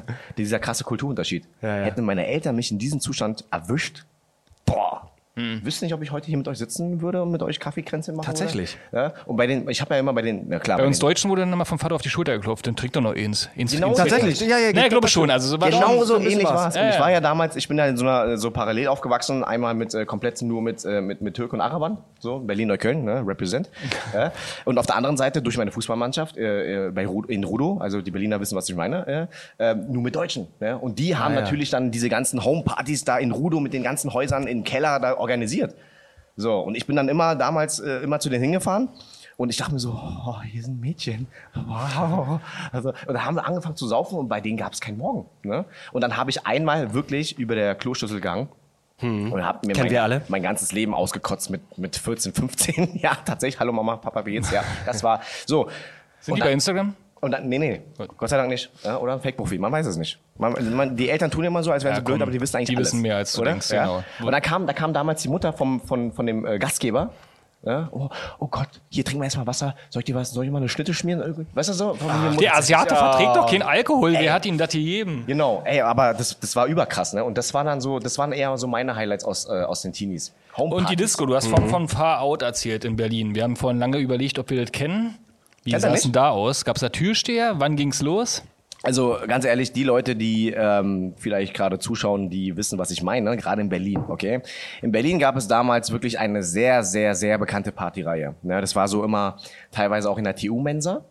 Speaker 1: Ja? Dieser krasse Kulturunterschied.
Speaker 2: Ja, ja.
Speaker 1: Hätten meine Eltern mich in diesem Zustand erwischt, boah. Wüsste nicht, ob ich heute hier mit euch sitzen würde und mit euch Kaffeekränze machen
Speaker 2: Tatsächlich.
Speaker 1: Würde. Ja? Und bei den, ich habe ja immer bei den, na klar,
Speaker 3: Bei uns Deutschen wurde dann immer vom Vater auf die Schulter geklopft, dann trinkt er noch eins. eins
Speaker 1: Genau
Speaker 3: eins-
Speaker 1: so.
Speaker 2: Tatsächlich, ja, ja,
Speaker 3: Na, ich glaube schon. Also, so war
Speaker 1: Genau
Speaker 3: schon-
Speaker 1: so
Speaker 2: ein bisschen
Speaker 1: ähnlich
Speaker 2: was.
Speaker 1: war es.
Speaker 3: Ja,
Speaker 1: ich
Speaker 3: ja.
Speaker 1: war ja damals, ich bin da in so einer so parallel aufgewachsen, einmal mit äh, komplett nur mit äh, mit, mit Türken und Arabern, so Berlin Neukölln, ne, represent. ja. Und auf der anderen Seite durch meine Fußballmannschaft äh, äh, bei Ru in Rudo, also die Berliner wissen, was ich meine, äh, äh, nur mit Deutschen. Ne? Und die haben
Speaker 2: ja.
Speaker 1: natürlich dann diese ganzen Homepartys da in Rudo mit den ganzen Häusern im Keller da organisiert. So, und ich bin dann immer damals äh, immer zu denen hingefahren Und ich dachte mir so, oh, hier sind Mädchen. Wow. Also, und dann haben wir angefangen zu saufen und bei denen gab es keinen Morgen. Ne? Und dann habe ich einmal wirklich über der Kloschüssel gegangen. Und hab mir
Speaker 2: Kennen
Speaker 1: mein,
Speaker 2: wir alle.
Speaker 1: mein ganzes Leben ausgekotzt mit, mit 14, 15. Ja, tatsächlich. Hallo Mama, Papa, wie geht's? Ja, das war so.
Speaker 3: Sind
Speaker 1: und
Speaker 3: die bei Instagram?
Speaker 1: und dann, nee, nee, Gott sei Dank nicht. Ja, oder ein Fake-Profil, man weiß es nicht. Man, man, die Eltern tun immer so, als wären
Speaker 3: Ja,
Speaker 1: sie blöd,
Speaker 3: komm,
Speaker 1: aber die wissen eigentlich
Speaker 3: die
Speaker 1: alles.
Speaker 3: wissen mehr, als du
Speaker 1: oder?
Speaker 3: denkst,
Speaker 1: ja.
Speaker 3: genau.
Speaker 1: Und da kam, da kam damals die Mutter vom, von, von dem äh, Gastgeber. Ja, oh, oh Gott, hier trinken wir erstmal Wasser. Soll ich dir was, soll ich mal eine Schnitte schmieren? Weißt du so? Von mir Mutter-
Speaker 3: Ah, Der Asiate verträgt doch keinen Alkohol. Wer hat ihm das gegeben?
Speaker 1: Genau, ey, aber das, das war überkrass, ne? Und das waren dann so, das waren eher so meine Highlights aus, äh, aus den Teenies.
Speaker 3: Und die
Speaker 1: Homepartys.
Speaker 3: Disco, du hast von, von Far Out erzählt in Berlin. Wir haben vorhin lange überlegt, ob wir das kennen. Wie
Speaker 1: Kennt
Speaker 3: sah's
Speaker 1: er
Speaker 3: denn
Speaker 1: nicht?
Speaker 3: da aus? Gab es da Türsteher? Wann ging's los?
Speaker 1: Also ganz ehrlich, die Leute, die ähm, vielleicht gerade zuschauen, die wissen, was ich meine, ne? gerade in Berlin, okay? In Berlin gab es damals wirklich eine sehr, sehr, sehr bekannte Partyreihe. Ne, das war so immer teilweise auch in der TU-Mensa.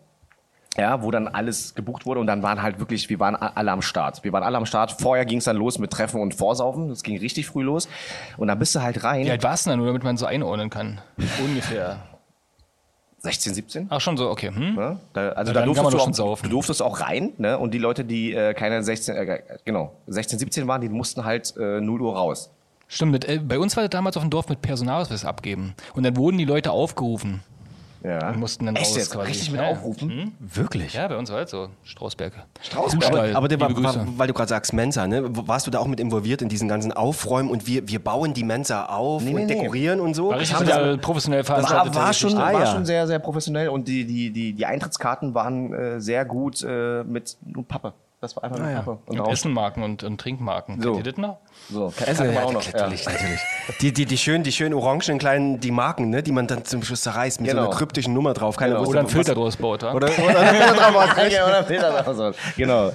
Speaker 1: Ja, wo dann alles gebucht wurde und dann waren halt wirklich, wir waren a- alle am Start. Wir waren alle am Start. Vorher ging es dann los mit Treffen und Vorsaufen. Das ging richtig früh los. Und dann bist du halt rein.
Speaker 3: Wie alt warst du denn, nur damit man so einordnen kann? Ungefähr.
Speaker 1: 16, 17?
Speaker 3: Ach, schon so, okay. Hm?
Speaker 1: Ne? Da, also
Speaker 3: Ja,
Speaker 1: da
Speaker 3: dann kann man
Speaker 1: durftest du,
Speaker 3: doch
Speaker 1: auch,
Speaker 3: schon saufen.
Speaker 1: du durftest auch rein, ne? Und die Leute, die äh, keine 16, äh, genau, 16, 17 waren, die mussten halt äh, 0 Uhr raus.
Speaker 3: Stimmt, mit, äh, bei uns war das damals auf dem Dorf mit Personalausweis abgeben. Und dann wurden die Leute aufgerufen.
Speaker 1: Ja.
Speaker 3: Die mussten dann
Speaker 1: Echt
Speaker 3: raus
Speaker 1: jetzt?
Speaker 3: quasi.
Speaker 1: Richtig mit
Speaker 3: Ja, Hm? ja.
Speaker 1: aufrufen?
Speaker 2: Wirklich?
Speaker 3: Ja, bei uns war das so. Strausberge.
Speaker 2: Aber, aber der,
Speaker 3: liebe
Speaker 2: war-
Speaker 3: Grüße.
Speaker 2: war, weil du gerade sagst Mensa, ne? W- warst du da auch mit involviert in diesen ganzen Aufräumen und wir, wir bauen die Mensa auf
Speaker 1: Nee,
Speaker 2: und
Speaker 1: nee, nee.
Speaker 2: dekorieren und so?
Speaker 3: War richtig
Speaker 2: Haben
Speaker 3: so
Speaker 2: wir-
Speaker 3: eine professionell
Speaker 1: Das
Speaker 3: veranstaltet.
Speaker 1: war, war, schon, war
Speaker 2: Ah, ja.
Speaker 1: schon sehr, sehr professionell und die, die, die, die Eintrittskarten waren äh, sehr gut äh, mit nur Pappe. Das war
Speaker 3: Ah,
Speaker 1: einfach nur Pappe. Ah Und
Speaker 3: Und
Speaker 1: auch,
Speaker 3: Essenmarken und, und Trinkmarken.
Speaker 1: So.
Speaker 3: Kennt ihr das noch?
Speaker 1: so, kann,
Speaker 2: Also,
Speaker 1: kann man
Speaker 2: ja,
Speaker 1: auch noch. Ja.
Speaker 2: natürlich, natürlich. Die, die, die schönen, die schönen orangenen kleinen, die Marken, ne, die man dann zum Schluss zerreißt mit so
Speaker 1: Genau.
Speaker 2: einer kryptischen Nummer drauf. Keiner
Speaker 1: Genau.
Speaker 2: wusste,
Speaker 3: Oder ein
Speaker 2: was-
Speaker 3: Filter draus baut, wa?
Speaker 2: Oder, oder ein Filter drauf.
Speaker 1: Ja, oder Peter oder so. Genau.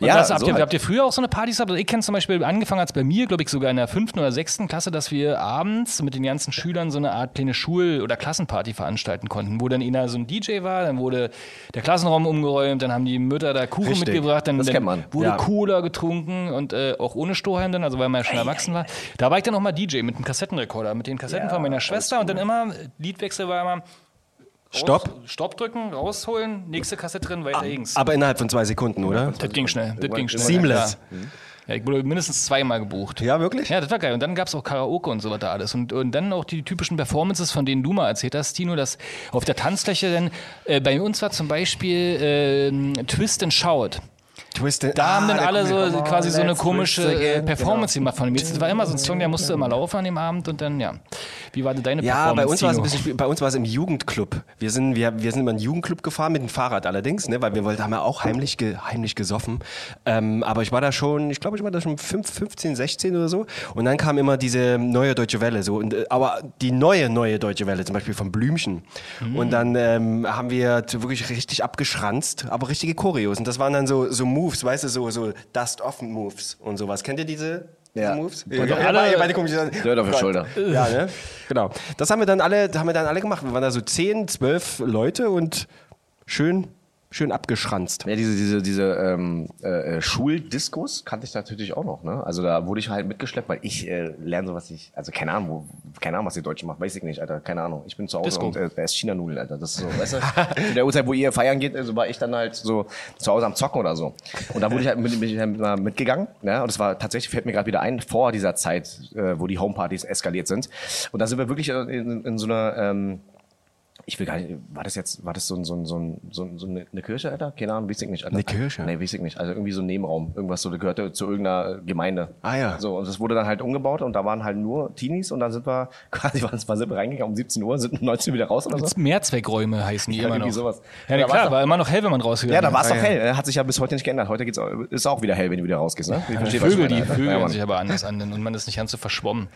Speaker 3: Ja, das, habt,
Speaker 1: so
Speaker 3: ihr,
Speaker 1: halt.
Speaker 3: habt ihr früher auch so eine Partys gehabt? Also Ich kenne zum Beispiel, angefangen als bei mir, glaube ich, sogar in der fünften oder sechsten Klasse, dass wir abends mit den ganzen Schülern so eine Art kleine Schul- oder Klassenparty veranstalten konnten, wo dann einer so ein DJ war, dann wurde der Klassenraum umgeräumt, dann haben die Mütter da Kuchen
Speaker 2: Richtig.
Speaker 3: mitgebracht, dann,
Speaker 1: Das
Speaker 3: dann
Speaker 1: kennt man.
Speaker 3: wurde
Speaker 2: Ja.
Speaker 3: Cola getrunken und äh, auch ohne Strohhalm dann, also weil man ja schon erwachsen war. Da war ich dann auch mal DJ mit einem Kassettenrekorder, mit den Kassetten von meiner Schwester und dann immer, äh, Liedwechsel war immer raus-
Speaker 2: Stopp.
Speaker 3: Stopp drücken, rausholen, nächste Kassette drin, weiter links.
Speaker 2: Aber innerhalb von zwei Sekunden, oder?
Speaker 3: Das Also ging schnell, das ging schnell.
Speaker 2: Seamless.
Speaker 3: Ja. Mhm. Ja, ich wurde mindestens zweimal gebucht.
Speaker 2: Ja, wirklich?
Speaker 3: Ja, das war geil. Und dann gab es auch Karaoke und so weiter alles. Und, und dann auch die typischen Performances, von denen du mal erzählt hast, Tino, dass auf der Tanzfläche dann, äh, bei uns war zum Beispiel ähm, Twist and Shout.
Speaker 2: Twisted.
Speaker 3: Da haben dann
Speaker 2: Ah, da
Speaker 3: alle
Speaker 2: kommt
Speaker 3: so
Speaker 2: wieder- Come on,
Speaker 3: quasi so eine
Speaker 2: let's
Speaker 3: komische
Speaker 2: twist
Speaker 3: äh,
Speaker 2: again. Genau.
Speaker 3: Performance gemacht von mir. Das war immer so ein Song, der musste immer laufen an dem Abend und dann, ja. Wie war denn deine
Speaker 2: Ja,
Speaker 3: Performance?
Speaker 2: bei uns war es ein
Speaker 3: Tino?
Speaker 2: bisschen, spät- bei uns war es im Jugendclub. Wir sind, wir, wir sind immer in den Jugendclub gefahren mit dem Fahrrad allerdings, ne, weil wir wollten, haben ja auch heimlich, ge, heimlich gesoffen. Ähm, aber ich war da schon, ich glaube, ich war da schon fünf, 15, 16 oder so. Und dann kam immer diese neue deutsche Welle, so, und, äh, aber die neue neue deutsche Welle, zum Beispiel von Blümchen. Und dann ähm, haben wir so wirklich richtig abgeschranzt, aber richtige Choreos. Und das waren dann so, so Moves, weißt du, so, so Dust-Off-Moves und sowas. Kennt ihr diese? diese
Speaker 1: Ja.
Speaker 2: Moves?
Speaker 1: Und
Speaker 2: ja,
Speaker 3: alle-
Speaker 2: ihr beide guckt mich an.
Speaker 1: Leute auf der
Speaker 2: Gott.
Speaker 1: Schulter.
Speaker 2: Ja, ne? Genau. Das haben wir dann alle, haben wir dann alle gemacht. Wir waren da so 10, 12 Leute und schön, schön abgeschranzt.
Speaker 1: Ja, diese, diese, diese ähm, äh, äh, Schuldiskus kannte ich natürlich auch noch. Ne? Also da wurde ich halt mitgeschleppt, weil ich äh, lerne sowas nicht. Also keine Ahnung, wo, keine Ahnung, was die Deutschen machen, weiß ich nicht, Alter. Keine Ahnung. Ich bin zu Hause
Speaker 3: Disco.
Speaker 1: und äh, da ist China-Nudeln, Alter. Das ist so, weißt du? Zu der Uhrzeit, wo ihr feiern geht, also war ich dann halt so zu Hause am Zocken oder so. Und da wurde ich halt mit, bin ich halt mal mitgegangen. Ne? Und das war tatsächlich, fällt mir gerade wieder ein, vor dieser Zeit, äh, wo die Homepartys eskaliert sind. Und da sind wir wirklich äh, in, in so einer... Ähm, ich will gar nicht, war das jetzt, war das so, ein- so, ein- so, ein- so, ein- so eine eine Kirche, Alter? Keine Ahnung, weiß ich nicht. Alter.
Speaker 2: Eine Kirche?
Speaker 1: Nee, weiß ich nicht. Also irgendwie so ein Nebenraum. Irgendwas so, das gehörte zu irgendeiner Gemeinde.
Speaker 2: Ah, ja.
Speaker 1: So, und das wurde dann halt umgebaut und da waren halt nur Teenies und dann sind wir, quasi waren, waren sind wir reingegangen um 17 Uhr, sind um 19 Uhr wieder raus oder so.
Speaker 3: Jetzt Mehrzweckräume heißen die immer
Speaker 1: irgendwie
Speaker 3: noch.
Speaker 1: sowas.
Speaker 3: Ja,
Speaker 1: Da
Speaker 3: nee,
Speaker 1: war's
Speaker 3: klar,
Speaker 1: doch-
Speaker 3: war immer noch hell, wenn man rausgegangen
Speaker 1: Ja, da
Speaker 3: ist.
Speaker 1: war es doch hell. Hat sich ja bis heute nicht geändert. Heute geht's, auch- ist auch wieder hell, wenn du wieder rausgehst, ne? Ich
Speaker 3: Die
Speaker 1: verstehe, was ich
Speaker 3: Vögel,
Speaker 1: meine,
Speaker 3: die
Speaker 1: Alter.
Speaker 3: Vögel
Speaker 1: Ja,
Speaker 3: hören
Speaker 1: Mann.
Speaker 3: sich aber anders an und man ist nicht ganz so verschwommen.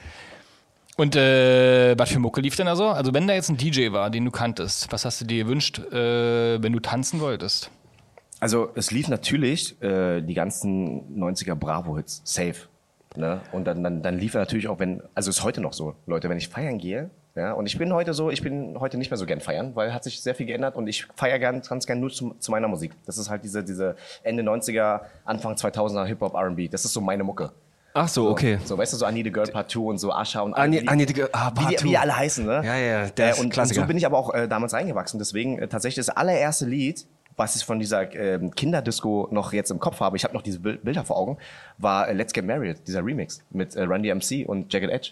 Speaker 3: Und äh, was für Mucke lief denn da so? Also wenn da jetzt ein DJ war, den du kanntest, was hast du dir gewünscht, äh, wenn du tanzen wolltest?
Speaker 1: Also es lief natürlich äh, die ganzen 90er Bravo-Hits, safe. Ne? Und dann, dann, dann lief er natürlich auch, wenn, also ist heute noch so, Leute, wenn ich feiern gehe, ja, und ich bin heute so, ich bin heute nicht mehr so gern feiern, weil hat sich sehr viel geändert und ich feiere gern, ganz gern nur zu, zu meiner Musik. Das ist halt diese, diese Ende 90er, Anfang 2000er Hip-Hop, R&B, das ist so meine Mucke.
Speaker 2: Ach so, okay.
Speaker 1: So, weißt du, so I Need a Girl Part 2 und so Ascha und
Speaker 2: I
Speaker 1: alle,
Speaker 2: Need-
Speaker 1: wie-
Speaker 2: I Need a Girl- ah, Part
Speaker 1: wie, die, wie
Speaker 2: 2.
Speaker 1: die alle heißen, ne?
Speaker 2: Ja, ja, der ist
Speaker 1: und,
Speaker 2: Klassiker.
Speaker 1: Und so bin ich aber auch äh, damals reingewachsen. Deswegen äh, tatsächlich das allererste Lied, was ich von dieser ähm, Kinderdisco noch jetzt im Kopf habe, ich habe noch diese Bil- Bilder vor Augen, war äh, Let's Get Married, dieser Remix mit äh, Randy MC und Jagged Edge.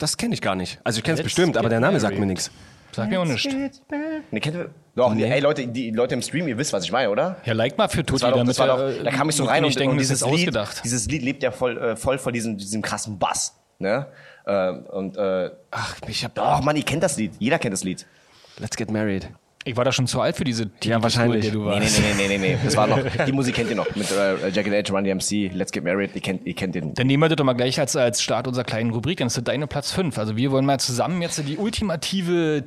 Speaker 2: Das kenne ich gar nicht. Also ich kenne es
Speaker 3: Let's
Speaker 2: bestimmt, aber
Speaker 3: get
Speaker 2: der Name
Speaker 3: married.
Speaker 2: sagt mir nichts.
Speaker 3: Sag mir auch nichts.
Speaker 1: Ne, kennt ihr? Doch, nee. ey Leute, die Leute im Stream, ihr wisst, was ich meine, oder?
Speaker 3: Ja, like mal für Tutti,
Speaker 1: Das war doch,
Speaker 3: damit
Speaker 1: das war
Speaker 3: wir,
Speaker 1: doch, da kam ich so
Speaker 3: äh,
Speaker 1: rein
Speaker 3: nicht
Speaker 1: und,
Speaker 3: denken,
Speaker 1: und
Speaker 3: das ist
Speaker 1: dieses, Lied,
Speaker 3: ausgedacht.
Speaker 1: dieses Lied lebt ja voll, äh, voll von diesem, diesem krassen Bass. Ne? Äh, und, äh,
Speaker 2: Ach, ich hab.
Speaker 1: oh Mann, ihr kennt das Lied. Jeder kennt das Lied.
Speaker 2: Let's get married.
Speaker 3: Ich war da schon zu alt für diese Teenie,
Speaker 2: wahrscheinlich.
Speaker 3: der du
Speaker 1: Nee, nee,
Speaker 3: warst.
Speaker 1: nee, nee, nee, nee. Das war noch, die Musik kennt ihr noch. Mit äh, Jacket Edge, Run DMC, Let's Get Married, ihr kennt, ihr kennt den.
Speaker 3: Dann nehmen wir das doch mal gleich als, als Start unserer kleinen Rubrik. Dann ist das deine Platz 5. Also wir wollen mal zusammen jetzt die ultimative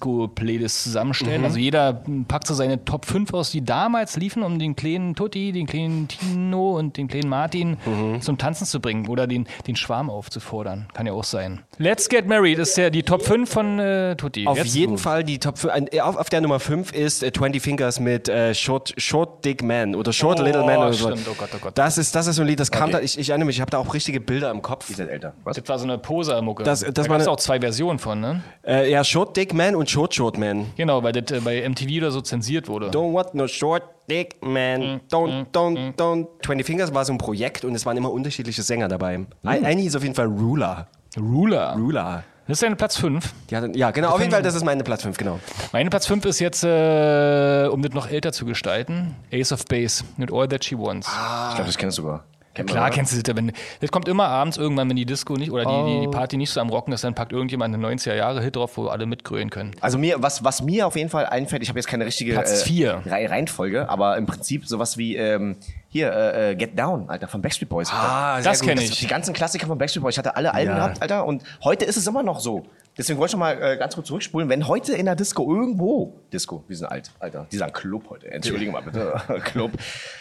Speaker 3: Teenie-Disco-Playlist
Speaker 2: Mhm.
Speaker 3: zusammenstellen. Also jeder packt so seine Top 5 aus, die damals liefen, um den kleinen Tutti, den kleinen Tino und den kleinen Martin
Speaker 2: Mhm.
Speaker 3: zum Tanzen zu bringen oder den, den Schwarm aufzufordern. Kann ja auch sein. Let's Get Married ist ja die Top 5 von äh, Tutti.
Speaker 2: Auf
Speaker 3: Jetzt
Speaker 2: jeden
Speaker 3: du.
Speaker 2: Fall die Top 5. Auf, auf der Nummer 5 ist äh, 20 Fingers mit äh, Short, Short Dick Man oder Short
Speaker 3: Oh,
Speaker 2: Little Man oder so.
Speaker 3: stimmt. Oh Gott, oh Gott.
Speaker 2: Das ist, das ist so ein Lied, das kam da, ich, ich erinnere mich, ich habe da auch richtige Bilder im Kopf.
Speaker 1: Ihr seid älter. Was?
Speaker 3: Das war so eine Poser-Mucke.
Speaker 2: Das- das
Speaker 3: da
Speaker 2: war
Speaker 3: gab es
Speaker 2: eine-
Speaker 3: auch zwei Versionen von, ne?
Speaker 2: Äh, ja, Short Dick Man und Short Short Man.
Speaker 3: Genau, weil das äh, bei MTV oder so zensiert wurde.
Speaker 2: Don't want no short dick
Speaker 3: Mm,
Speaker 2: man. Don't, don't, don't. 20 Fingers war so ein Projekt und es waren immer unterschiedliche Sänger dabei.
Speaker 3: Hm.
Speaker 2: Ein, eine hieß auf jeden Fall Ruler.
Speaker 3: Ruler.
Speaker 2: Ruler.
Speaker 3: Das ist deine Platz 5.
Speaker 2: Die hatte, ja, genau, auf jeden Fall, das ist meine Platz 5, genau.
Speaker 3: Meine Platz 5 ist jetzt, äh, um das noch älter zu gestalten, Ace of Base mit All That She Wants.
Speaker 1: Ich
Speaker 3: Ah.
Speaker 1: glaube, das kennst du sogar. Kennt man,
Speaker 3: Klar
Speaker 1: oder?
Speaker 3: kennst du das, ja, wenn, das kommt immer abends irgendwann, wenn die Disco nicht oder die, die, die Party nicht so am Rocken ist, dann packt irgendjemand einen 90er-Jahre-Hit drauf, wo alle mitgrölen können.
Speaker 1: Also mir, was, was mir auf jeden Fall einfällt, ich habe jetzt keine richtige
Speaker 3: Platz vier.
Speaker 1: äh, Rei- Reihenfolge, aber im Prinzip sowas wie ähm, hier, äh, äh, Get Down, Alter, von Backstreet Boys.
Speaker 2: Ah,
Speaker 3: Das
Speaker 2: gut.
Speaker 3: kenne
Speaker 1: Die
Speaker 3: ich.
Speaker 1: ganzen Klassiker von Backstreet Boys, ich hatte alle Alben
Speaker 2: Ja.
Speaker 1: gehabt, Alter, und heute ist es immer noch so. Deswegen wollte ich schon mal äh, ganz kurz zurückspulen, wenn heute in der Disco irgendwo, Disco, wir sind alt, Alter, die sagen Club heute, entschuldige mal bitte, Club,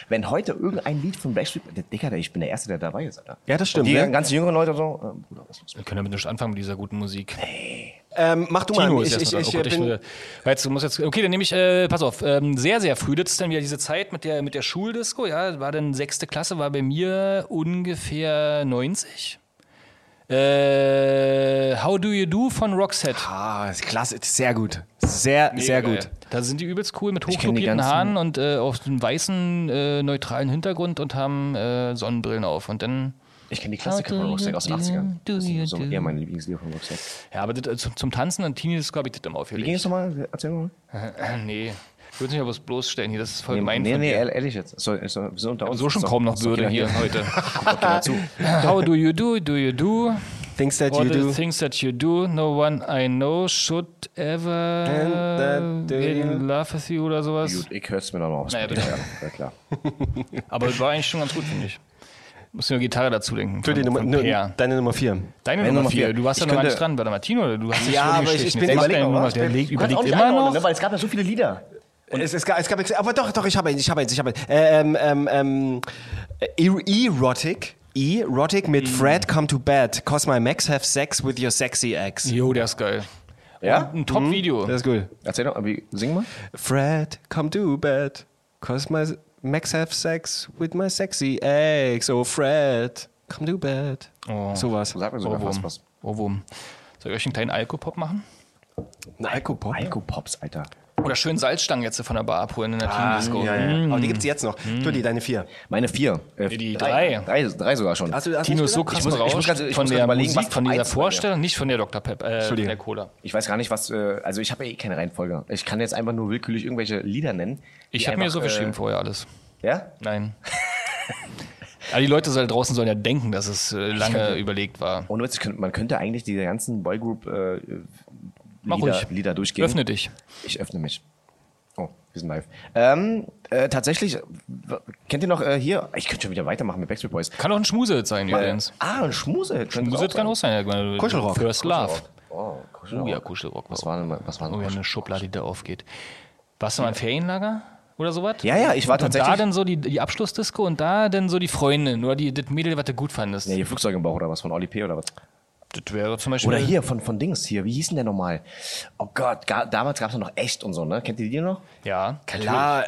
Speaker 1: wenn heute irgendein Lied von Backstreet Boys, Digga, ich bin der Erste, der dabei ist, Alter.
Speaker 2: Ja, das stimmt,
Speaker 1: Und die
Speaker 2: ne?
Speaker 1: ganzen jüngeren Leute so, äh, Bruder, was ist los?
Speaker 3: Wir können damit nicht anfangen mit dieser guten Musik.
Speaker 2: Ähm, mach du
Speaker 3: Tino
Speaker 2: mal.
Speaker 3: ist
Speaker 2: Ich, ich,
Speaker 3: erstmal dran. oh Gott,
Speaker 2: ich, äh,
Speaker 3: ich
Speaker 2: bin,
Speaker 3: will- weil jetzt, du musst jetzt, okay, dann nehme ich, äh, pass auf, ähm, sehr, sehr früh. Das ist dann wieder diese Zeit mit der, mit der Schuldisco, ja, war dann sechste Klasse, war bei mir ungefähr 90. Äh, How Do You Do von Roxette.
Speaker 2: ah, ist klasse, ist sehr gut. Sehr, sehr
Speaker 3: Mega
Speaker 2: gut.
Speaker 3: geil. Da sind die übelst cool mit
Speaker 1: kenn die
Speaker 3: hochkopierten
Speaker 1: ganzen-
Speaker 3: Haaren und äh, auf einem weißen, äh, neutralen Hintergrund und haben äh, Sonnenbrillen auf. Und dann,
Speaker 1: Ich kenne die Klassiker von Rocksteady aus den 80ern. Das sind so eher meine Lieblingslieder von Rocksteady.
Speaker 3: ja, aber das, äh, zum, zum Tanzen und Teenie, das glaube ich, das immer
Speaker 1: Wie
Speaker 3: aufgelegt.
Speaker 1: ging es nochmal? Erzähl mal.
Speaker 3: Nee, ich würde es nicht aber bloßstellen hier, das ist voll
Speaker 1: Nee,
Speaker 3: gemein
Speaker 1: nee,
Speaker 3: von
Speaker 1: nee,
Speaker 3: dir.
Speaker 1: ehrlich jetzt. So, so, so unter uns.
Speaker 3: So schon
Speaker 1: So-
Speaker 3: kaum noch
Speaker 1: so
Speaker 3: Würde
Speaker 1: keiner
Speaker 3: hier heute.
Speaker 1: Guckt keiner zu.
Speaker 3: How do you do, do you do?
Speaker 2: Things that
Speaker 3: All
Speaker 2: you
Speaker 3: the
Speaker 2: do.
Speaker 3: things that you do, no one I know should ever
Speaker 2: And that do
Speaker 3: get in
Speaker 2: you.
Speaker 3: love with you oder sowas.
Speaker 1: Gut, ich hör's mir nochmal aus.
Speaker 3: Naja, bitte.
Speaker 1: Ja, klar.
Speaker 3: Aber es war eigentlich schon ganz gut, finde ich. Muss nur Gitarre dazu denken.
Speaker 2: Du, die Nummer,
Speaker 3: von
Speaker 2: nu-
Speaker 3: Per.
Speaker 2: deine Nummer 4.
Speaker 3: Deine
Speaker 1: Meine
Speaker 3: Nummer
Speaker 1: Nummer
Speaker 3: 4.
Speaker 1: vier.
Speaker 3: Du warst
Speaker 1: Ich
Speaker 3: ja noch gar
Speaker 1: könnte-
Speaker 3: nicht dran. Warte mal, Tino, du hast dich
Speaker 2: Ja,
Speaker 3: schon
Speaker 2: aber ich-
Speaker 3: gestrichen.
Speaker 2: ich bin-
Speaker 3: Jetzt
Speaker 2: Der
Speaker 3: mach
Speaker 2: überleg
Speaker 3: deine
Speaker 1: noch
Speaker 3: Nummer.
Speaker 1: was.
Speaker 3: Der legt-
Speaker 1: Du kannst
Speaker 3: überlegt
Speaker 1: auch nicht
Speaker 3: immer
Speaker 1: einordnen,
Speaker 3: noch.
Speaker 1: ne? Weil es gab ja so viele Lieder.
Speaker 2: Es, es, gab, es gab, aber doch, doch, ich habe eins, ich habe eins, ich habe eins. Ähm, ähm, ähm, e- erotic. Erotic mit
Speaker 3: Mhm.
Speaker 2: Fred Come to Bed. Cause my max have sex with your sexy ex.
Speaker 3: Jo, der ist geil.
Speaker 1: Ja?
Speaker 3: Ein Top-Video.
Speaker 2: Das Mhm. ist gut.
Speaker 1: Erzähl doch, wie, sing mal.
Speaker 2: Fred come to bed. Cause my max have sex with my sexy ex. Oh, Fred come to bed.
Speaker 3: Oh.
Speaker 2: Sowas.
Speaker 1: Sag mir sogar fast
Speaker 3: Ohrwurm.
Speaker 1: was.
Speaker 3: Ohrwurm. Soll ich euch einen kleinen Alkopop machen?
Speaker 2: Ein Alkopop.
Speaker 1: Alkopops, Alter.
Speaker 3: Oder schön Salzstangen jetzt von der Bar abholen in der
Speaker 2: Ah,
Speaker 3: Team-Disco.
Speaker 2: ja, ja.
Speaker 3: Mhm.
Speaker 2: Aber die gibt's jetzt noch. Tutti, deine vier.
Speaker 1: Meine vier. Äh,
Speaker 3: Nee, die drei.
Speaker 1: Drei, drei sogar schon.
Speaker 2: Hast du, hast
Speaker 3: Tino
Speaker 2: du
Speaker 3: ist so
Speaker 2: gedacht?
Speaker 3: krass
Speaker 1: muss- ich muss
Speaker 3: berauscht
Speaker 1: ganz- ich
Speaker 3: von
Speaker 1: muss
Speaker 3: der
Speaker 1: ganz überlegen,
Speaker 3: Musik,
Speaker 1: was
Speaker 3: von dieser
Speaker 1: eins bei mir.
Speaker 3: Vorstellung, nicht von der Dr. Pep, äh, von
Speaker 2: Entschuldige.
Speaker 3: der Cola.
Speaker 1: Ich weiß gar nicht, was. Äh, also, ich habe ja eh keine Reihenfolge. Ich kann jetzt einfach nur willkürlich irgendwelche Lieder nennen. die
Speaker 3: Ich habe mir
Speaker 1: einfach,
Speaker 3: so geschrieben vorher alles.
Speaker 1: Äh, ja?
Speaker 3: Nein. Aber die Leute da draußen sollen ja denken, dass es äh, lange überlegt war.
Speaker 1: Ohne Witz, ich könnte- man könnte eigentlich diese ganzen Boygroup äh,
Speaker 3: Mach
Speaker 1: Lieder,
Speaker 3: ruhig.
Speaker 1: Lieder durchgehen.
Speaker 3: Öffne dich.
Speaker 1: Ich öffne mich. Oh, wir sind live. Ähm, äh, tatsächlich, w- kennt ihr noch äh, hier? Ich könnte schon wieder weitermachen mit Backstreet Boys.
Speaker 3: Kann auch ein Schmusel sein übrigens.
Speaker 1: Ah, ein Schmuse.
Speaker 3: Schmusel kann auch sein. ja.
Speaker 2: Kuschelrock.
Speaker 3: First Love.
Speaker 1: Oh,
Speaker 3: Oh
Speaker 1: Kuschelrock.
Speaker 3: ja, Kuschelrock.
Speaker 1: Was war denn, mal- was war denn
Speaker 3: Oh ja, eine Schublade, die da aufgeht. Warst du mal im Ferienlager oder sowas?
Speaker 1: Ja, ja, ich war
Speaker 3: und
Speaker 1: tatsächlich-
Speaker 3: Und da dann so die, die Abschlussdisco und da dann so die Freundin oder die, das Mädel, was du gut fandest.
Speaker 1: Ja, hier Flugzeug im Bauch oder was von Oli P. oder was?
Speaker 3: Das wäre zum Beispiel.
Speaker 1: Oder hier von, von Dings hier. Wie hieß denn der nochmal? Oh Gott, ga, damals gab es noch echt und so, ne? Kennt ihr die noch?
Speaker 3: Ja.
Speaker 2: Klar,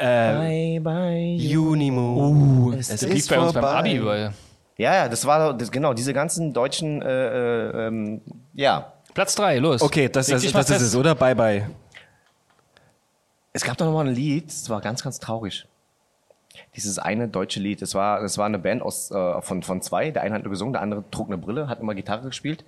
Speaker 1: Bye,
Speaker 2: äh,
Speaker 1: bye.
Speaker 2: Junimo.
Speaker 3: Oh, Das lief bei uns beim Abi, weil.
Speaker 1: Ja, ja, das war das, genau diese ganzen deutschen, äh, äh, ähm, ja.
Speaker 3: Platz 3, los.
Speaker 6: Okay, das,
Speaker 3: Leg
Speaker 6: das,
Speaker 3: dich
Speaker 6: das,
Speaker 3: mal
Speaker 6: ist
Speaker 3: fest.
Speaker 6: es, oder? Bye bye.
Speaker 1: Es gab doch nochmal ein Lied, das war ganz, ganz traurig. Dieses eine deutsche Lied, das war, das war eine Band aus, äh, von, von zwei. Der eine hat nur gesungen, der andere trug eine Brille, hat immer Gitarre gespielt.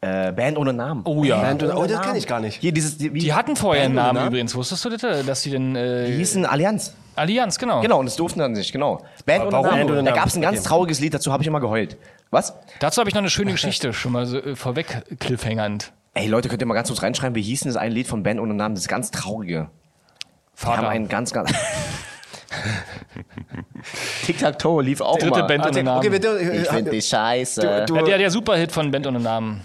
Speaker 1: Äh, Band ohne Namen.
Speaker 3: Oh ja.
Speaker 2: Band ohne- oh, das kenn ich gar nicht.
Speaker 1: Hier, dieses, die, wie,
Speaker 3: Die hatten vorher einen Namen
Speaker 2: Namen?
Speaker 3: übrigens. Wusstest du das, dass sie den
Speaker 1: die
Speaker 3: äh,
Speaker 1: hießen Allianz.
Speaker 3: Allianz, genau.
Speaker 1: Genau, und das durften dann nicht, genau. Band ohne
Speaker 2: warum?
Speaker 1: Namen.
Speaker 2: Band ohne
Speaker 1: Da
Speaker 2: Namen.
Speaker 1: gab es ein ganz trauriges Lied, dazu habe ich immer geheult. Was?
Speaker 3: Dazu habe ich noch eine schöne Geschichte schon mal so, äh, vorweg cliffhangernd.
Speaker 1: Ey, Leute, könnt ihr mal ganz kurz reinschreiben, wie hieß denn das ein Lied von Band ohne Namen? Das ist ganz traurige. Die haben
Speaker 3: Vater.
Speaker 1: einen ganz, ganz. Tic-Tac-Toe lief auch
Speaker 3: Dritte
Speaker 1: mal.
Speaker 3: Band ohne Namen.
Speaker 2: Okay, wir
Speaker 1: Ich finde die scheiße.
Speaker 3: ja, der, der Superhit von Band ohne Namen.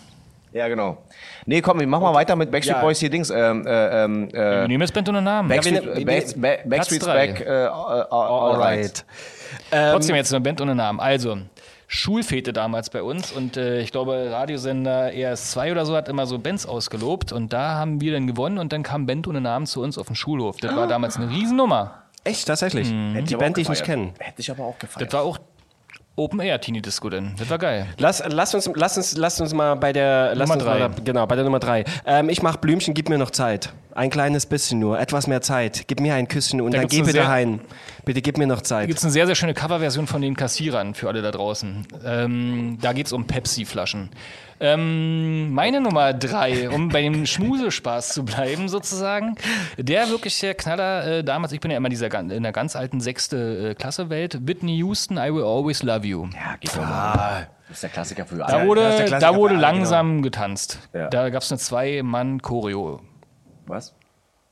Speaker 1: Ja, genau. Nee, komm, wir machen mal weiter mit Backstreet
Speaker 2: Ja.
Speaker 1: Boys hier Dings. Ähm, äh, ähm, äh,
Speaker 3: Wir nehmen jetzt Band ohne Namen.
Speaker 1: Backstreet,
Speaker 2: wir- wir-
Speaker 1: Back- Back- Backstreet's
Speaker 3: drei.
Speaker 1: Back, äh, äh, alright.
Speaker 3: Trotzdem jetzt eine Band ohne Namen. Also, Schulfete damals bei uns und äh, ich glaube, Radiosender ES2 oder so hat immer so Bands ausgelobt und da haben wir dann gewonnen und dann kam Band ohne Namen zu uns auf den Schulhof. Das war damals eine Riesennummer.
Speaker 2: Echt, tatsächlich. Die Band, die ich nicht kenne.
Speaker 1: Hätte ich aber auch gefallen.
Speaker 3: Das war auch Open Air Teenie Disco denn. Das war geil.
Speaker 2: Lass, lass, uns, lass, uns, lass uns mal bei der lass
Speaker 3: Nummer
Speaker 2: uns mal
Speaker 3: drei.
Speaker 2: da- genau, bei der Nummer drei. Ähm, ich mach Blümchen, gib mir noch Zeit. Ein kleines bisschen nur, etwas mehr Zeit. Gib mir ein Küsschen und
Speaker 3: Da
Speaker 2: dann
Speaker 3: gibt's
Speaker 2: geh
Speaker 3: eine
Speaker 2: bitte
Speaker 3: sehr-
Speaker 2: heim. Bitte gib mir noch
Speaker 3: Da
Speaker 2: Zeit.
Speaker 3: gibt es eine sehr, sehr schöne Coverversion von den Kassierern für alle da draußen. Ähm, da geht es um Pepsi-Flaschen. Ähm, meine Nummer drei, um bei dem Schmusespaß zu bleiben sozusagen, der wirklich der Knaller äh, damals, ich bin ja immer dieser, gan- in der ganz alten sechste äh, Klasse-Welt, Whitney Houston, I Will Always Love You.
Speaker 1: Ja, geht doch mal. Das ist der Klassiker für
Speaker 3: Da
Speaker 1: alle.
Speaker 3: wurde,
Speaker 2: das ist der Klassiker
Speaker 3: da wurde
Speaker 2: für alle, genau.
Speaker 3: langsam getanzt.
Speaker 1: Ja.
Speaker 3: Da gab es eine Zwei-Mann-Choreo.
Speaker 1: Was?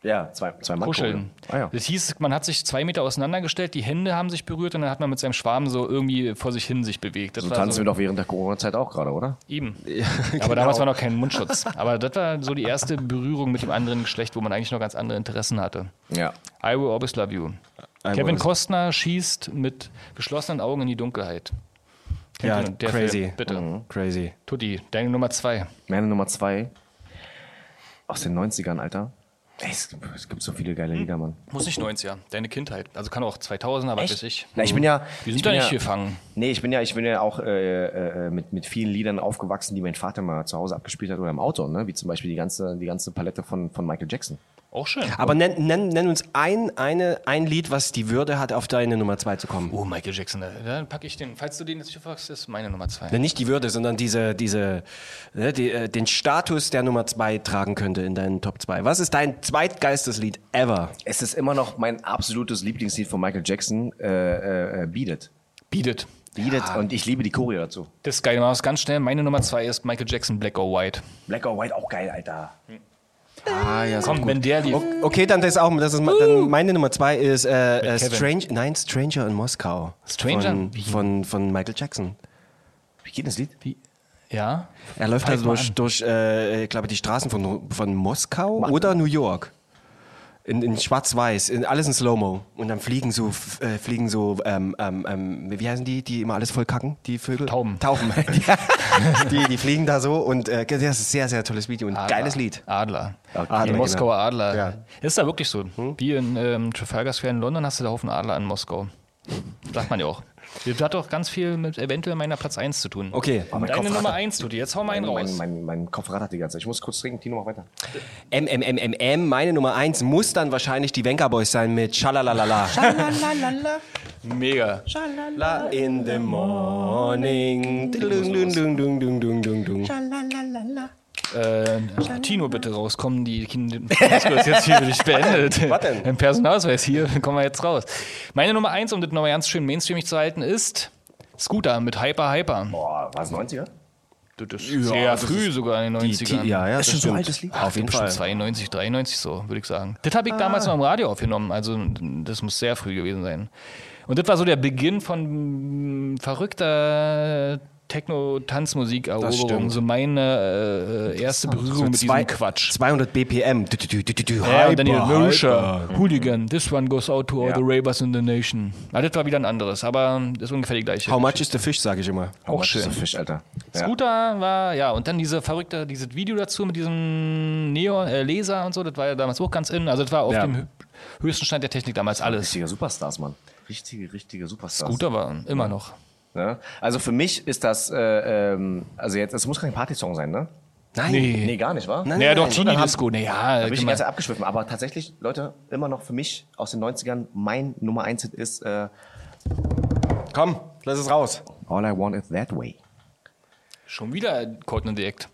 Speaker 1: Ja, zwei, zwei Mann.
Speaker 3: Kuscheln.
Speaker 1: Ah, ja.
Speaker 3: Das hieß, man hat sich zwei Meter auseinandergestellt, die Hände haben sich berührt und dann hat man mit seinem Schwarm so irgendwie vor sich hin sich bewegt. Das
Speaker 1: So
Speaker 3: war
Speaker 1: tanzen wir doch während der Corona-Zeit auch gerade, oder?
Speaker 3: Eben. Aber damals
Speaker 2: genau.
Speaker 3: war noch kein Mundschutz. Aber das war so die erste Berührung mit dem anderen Geschlecht, wo man eigentlich noch ganz andere Interessen hatte.
Speaker 1: Ja.
Speaker 3: I will always love you. Kevin Costner schießt mit geschlossenen Augen in die Dunkelheit. Kennt
Speaker 2: Ja,
Speaker 3: ihr den-
Speaker 2: crazy. Mhm.
Speaker 3: Film? bitte.
Speaker 2: Crazy.
Speaker 3: Tutti, deine Nummer zwei.
Speaker 1: Meine Nummer zwei. Aus den 90ern, Alter. Ey, es, gibt- es gibt so viele geile Lieder, Mann.
Speaker 3: Muss nicht 90er, deine Kindheit. Also kann auch 2000, aber bis ich. Mhm.
Speaker 1: Na, ich bin ja.
Speaker 3: Wir sind
Speaker 1: ich
Speaker 3: da
Speaker 1: bin
Speaker 3: nicht
Speaker 1: ja,
Speaker 3: gefangen.
Speaker 1: Nee, ich bin ja, ich bin ja auch äh, äh, mit, mit vielen Liedern aufgewachsen, die mein Vater mal zu Hause abgespielt hat oder im Auto, ne? Wie zum Beispiel die ganze, die ganze Palette von, von Michael Jackson.
Speaker 3: Auch schön.
Speaker 2: Aber nenn, nenn, nenn uns ein, eine, ein Lied, was die Würde hat, auf deine Nummer zwei zu kommen.
Speaker 3: Oh, Michael Jackson. da- Dann packe ich den. Falls du den jetzt nicht fragst, ist meine Nummer zwei.
Speaker 2: Ne, Nicht die Würde, sondern diese, diese, ne, die, äh, den Status der Nummer zwei tragen könnte in deinen Top 2. Was ist dein zweitgeistes Lied ever?
Speaker 1: Es ist immer noch mein absolutes Lieblingslied von Michael Jackson, äh, äh, äh, Beat It.
Speaker 3: Bietet.
Speaker 1: Beat It und ich liebe die Choreo dazu.
Speaker 3: Das ist geil, mach es ganz schnell. Meine Nummer zwei ist Michael Jackson, Black or White.
Speaker 1: Black or White auch geil, Alter.
Speaker 3: Komm, wenn der lief.
Speaker 2: Okay, dann das auch, das ist ma- dann meine Nummer zwei ist äh, äh,
Speaker 3: Kevin.
Speaker 2: Strange, nein, Stranger in Moskau.
Speaker 3: Stranger?
Speaker 2: Von, von, von Michael Jackson.
Speaker 1: Wie geht das Lied?
Speaker 3: Ja?
Speaker 2: Er läuft
Speaker 3: Zeig
Speaker 2: also
Speaker 3: mal
Speaker 2: durch,
Speaker 3: an.
Speaker 2: durch äh, ich glaube, die Straßen von, von Moskau oder New York. In, in Schwarz-Weiß, in, alles in Slow-Mo. Und dann fliegen so, f- äh, fliegen so, ähm, ähm, ähm, wie heißen die, die immer alles voll kacken, die Vögel?
Speaker 3: Tauben.
Speaker 2: Tauben. Ja. die, die fliegen da so und äh, das ist ein sehr, sehr tolles Video und geiles Lied.
Speaker 3: Adler.
Speaker 2: Adler,
Speaker 3: die Moskauer
Speaker 2: genau.
Speaker 3: Adler.
Speaker 2: Ja. Hm?
Speaker 3: Ist da wirklich so. Wie in ähm, Trafalgar Square in London hast du da Haufen Adler in Moskau. Sagt man ja auch. Das hat doch ganz viel mit eventuell meiner Platz 1 zu tun.
Speaker 2: Okay. Oh,
Speaker 1: mein
Speaker 3: Deine
Speaker 1: Kopf
Speaker 3: Nummer
Speaker 1: rattert.
Speaker 3: 1, Tutti. Jetzt hau mal einen
Speaker 1: Mein,
Speaker 3: raus.
Speaker 1: mein, mein Kopf rattert die ganze Zeit. Ich muss kurz trinken, Tino, mach weiter.
Speaker 2: M, M, M, M, M, meine Nummer eins muss dann wahrscheinlich die Venga Boys sein mit Schalalalala.
Speaker 3: Mega.
Speaker 2: La in the morning. Dung, dung, dung, dung, dung, dung, dung, dung.
Speaker 3: Äh, Tino, bitte rauskommen. Die Kinder ist jetzt hier wirklich beendet.
Speaker 2: Was denn?
Speaker 3: Im Personalausweis hier kommen wir jetzt raus. Meine Nummer 1, um das nochmal ganz schön mainstreamig zu halten, ist Scooter mit Hyper Hyper.
Speaker 1: Boah, war es 90er?
Speaker 3: Das ist sehr früh sogar in den 90ern.
Speaker 2: ja, ja, das
Speaker 1: schon so
Speaker 2: stimmt.
Speaker 1: altes Lied?
Speaker 2: Auf jeden
Speaker 3: Bestimmt
Speaker 2: Fall. Ah.
Speaker 3: 92, 93 so, würde ich sagen. Das habe ich damals noch im Radio aufgenommen, also das muss sehr früh gewesen sein. Und das war so der Beginn von mm, verrückter Techno-Tanzmusik-Eroberung.
Speaker 2: stimmt.
Speaker 3: So meine äh, erste Berührung mit
Speaker 2: Zwei-
Speaker 3: diesem Quatsch.
Speaker 2: 200 BPM. Du, du, du, du, du, du.
Speaker 3: Ja, und dann hier
Speaker 2: Hyper,
Speaker 3: Marisha,
Speaker 2: hyper.
Speaker 3: Hooligan, this one goes out to all
Speaker 1: Ja.
Speaker 3: the ravers in the nation. Ah, das war wieder ein anderes, aber das ist ungefähr die gleiche.
Speaker 2: How much is the fish, sage ich immer.
Speaker 1: Auch schön. So Fisch, Alter. Ja.
Speaker 3: Scooter war, ja, und dann diese verrückte, dieses Video dazu mit diesem Neon, äh, Laser und so, das war ja damals auch ganz in. Also das war auf
Speaker 2: Ja.
Speaker 3: dem hö- höchsten Stand der Technik damals alles.
Speaker 1: Richtiger Superstars, Mann. richtige, richtige Superstars.
Speaker 3: Gut, aber immer noch.
Speaker 1: Ne? Also für mich ist das, äh, ähm, also jetzt, es muss kein Partysong sein, ne?
Speaker 2: Nein.
Speaker 3: Nee.
Speaker 1: Nee, gar nicht, wa?
Speaker 2: Nein,
Speaker 3: Naja, doch,
Speaker 1: so, dann hab-
Speaker 3: Teenie-Disco. Naja,
Speaker 1: Da bin ich
Speaker 3: guck
Speaker 1: die
Speaker 3: mal.
Speaker 1: ganze Zeit abgeschwiffen. Aber tatsächlich, Leute, immer noch für mich aus den 90ern, mein Nummer 1 Hit ist äh,
Speaker 2: Komm, lass es raus.
Speaker 1: All I Want Is That Way.
Speaker 3: schon wieder Courtney Act.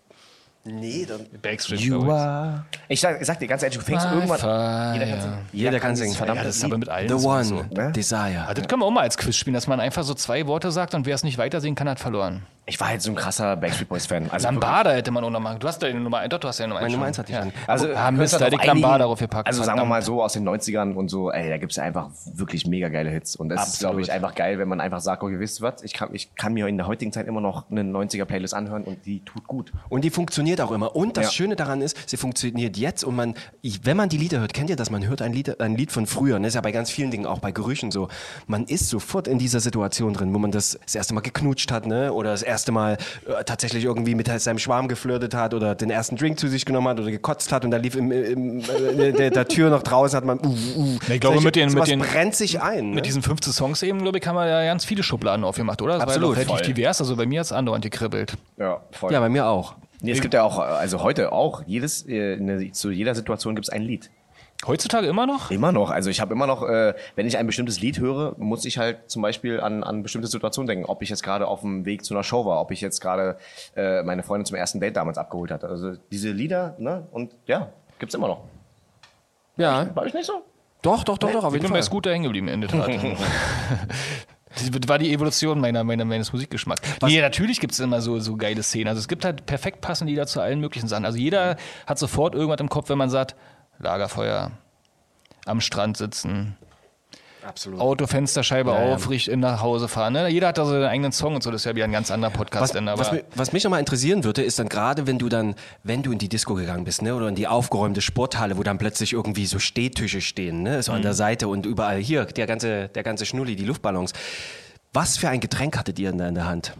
Speaker 2: Nee, dann.
Speaker 3: Backstreet Boys.
Speaker 1: are ich sag, ich sag dir ganz ehrlich, du fängst
Speaker 3: My
Speaker 1: irgendwann...
Speaker 3: fire.
Speaker 1: Jeder kann singen.
Speaker 2: Jeder kann singen.
Speaker 1: Verdammt,
Speaker 3: Ja, das ist aber mit allen
Speaker 2: The
Speaker 3: so-
Speaker 2: One,
Speaker 3: so,
Speaker 1: ne?
Speaker 3: Ah,
Speaker 2: Desire.
Speaker 3: das können wir auch mal als Quiz spielen, dass man einfach so zwei Worte sagt und wer es nicht weitersehen kann, hat verloren.
Speaker 1: Ich war halt so ein krasser Backstreet Boys Fan. Also
Speaker 3: Lambada hätte man auch noch machen. Du hast deine Nummer 1. Doch, du hast deine Nummer 1.
Speaker 2: Meine Nummer eins hatte ich schon.
Speaker 1: Also,
Speaker 3: Ah,
Speaker 1: könnt ihr
Speaker 3: Mist, da
Speaker 1: noch
Speaker 3: hätte ich
Speaker 1: einigen-
Speaker 3: Lambada draufgepackt.
Speaker 1: Also sagen wir
Speaker 3: Verdammt.
Speaker 1: mal so aus den 90ern und so, ey, da gibt es einfach wirklich mega geile Hits. Und das ist,
Speaker 3: Absolut.
Speaker 1: glaube ich, einfach geil, wenn man einfach sagt, okay, wisst ihr was, ich kann, ich kann mir in der heutigen Zeit immer noch eine 90er-Playlist anhören und die tut gut.
Speaker 2: Und die funktioniert auch immer. Und das
Speaker 1: Ja.
Speaker 2: Schöne daran ist, sie funktioniert jetzt und man, ich, wenn man die Lieder hört, kennt ihr das, man hört ein Lied, ein Lied von früher. Und das ist ja bei ganz vielen Dingen, auch bei Gerüchen so. Man ist sofort in dieser Situation drin, wo man das, das erste Mal geknutscht hat, ne? Oder das erste Mal äh, tatsächlich irgendwie mit seinem Schwarm geflirtet hat oder den ersten Drink zu sich genommen hat oder gekotzt hat und da lief im, im, äh, der, der Tür noch draußen, hat man, uh, uh.
Speaker 3: Na, ich glaube, mit den- mit
Speaker 2: sowas
Speaker 3: den-
Speaker 2: brennt sich ein. Ne?
Speaker 3: Mit diesen 15 Songs eben, glaube ich, haben wir ja ganz viele Schubladen aufgemacht, oder? Das
Speaker 2: Absolut.
Speaker 3: War ja doch relativ
Speaker 2: Voll.
Speaker 3: divers, also bei mir hat es andauernd gekribbelt.
Speaker 1: Ja, voll.
Speaker 2: ja, bei mir auch.
Speaker 1: nee, es gibt ja auch, äh, also heute auch, jedes, äh, ne, zu jeder Situation gibt es ein Lied.
Speaker 3: Heutzutage immer noch?
Speaker 1: Immer noch. Also ich habe immer noch, äh, wenn ich ein bestimmtes Lied höre, muss ich halt zum Beispiel an, an bestimmte Situationen denken. Ob ich jetzt gerade auf dem Weg zu einer Show war, ob ich jetzt gerade äh, meine Freundin zum ersten Date damals abgeholt hatte. Also diese Lieder, ne? Und ja, gibt's immer noch.
Speaker 2: Ja, Ne?
Speaker 1: War ich nicht so?
Speaker 2: doch, doch, doch, doch, auf
Speaker 3: Ich
Speaker 2: jeden
Speaker 3: bin
Speaker 2: Fall.
Speaker 3: bei Scooter hängen geblieben, in der Tat. Das war die Evolution meiner, meiner, meines Musikgeschmacks. Nee, natürlich gibt es immer so, so geile Szenen. Also es gibt halt perfekt passende Lieder zu allen möglichen Sachen. Also jeder hat sofort irgendwas im Kopf, wenn man sagt, Lagerfeuer, am Strand sitzen,
Speaker 2: Absolut.
Speaker 3: Auto, Fensterscheibe auf, richt, in nach Hause fahren. Ne? Jeder hat da so seinen eigenen Song und so. Das ist ja wieder ein ganz anderer Podcast.
Speaker 2: Was,
Speaker 3: denn,
Speaker 2: was, mi- was mich nochmal interessieren würde, ist dann gerade, wenn du dann, wenn du in die Disco gegangen bist, ne, oder in die aufgeräumte Sporthalle, wo dann plötzlich irgendwie so Stehtische stehen, ne, so an
Speaker 3: Mhm.
Speaker 2: der Seite und überall hier, der ganze, der ganze Schnulli, die Luftballons. Was für ein Getränk hattet ihr denn da in der Hand?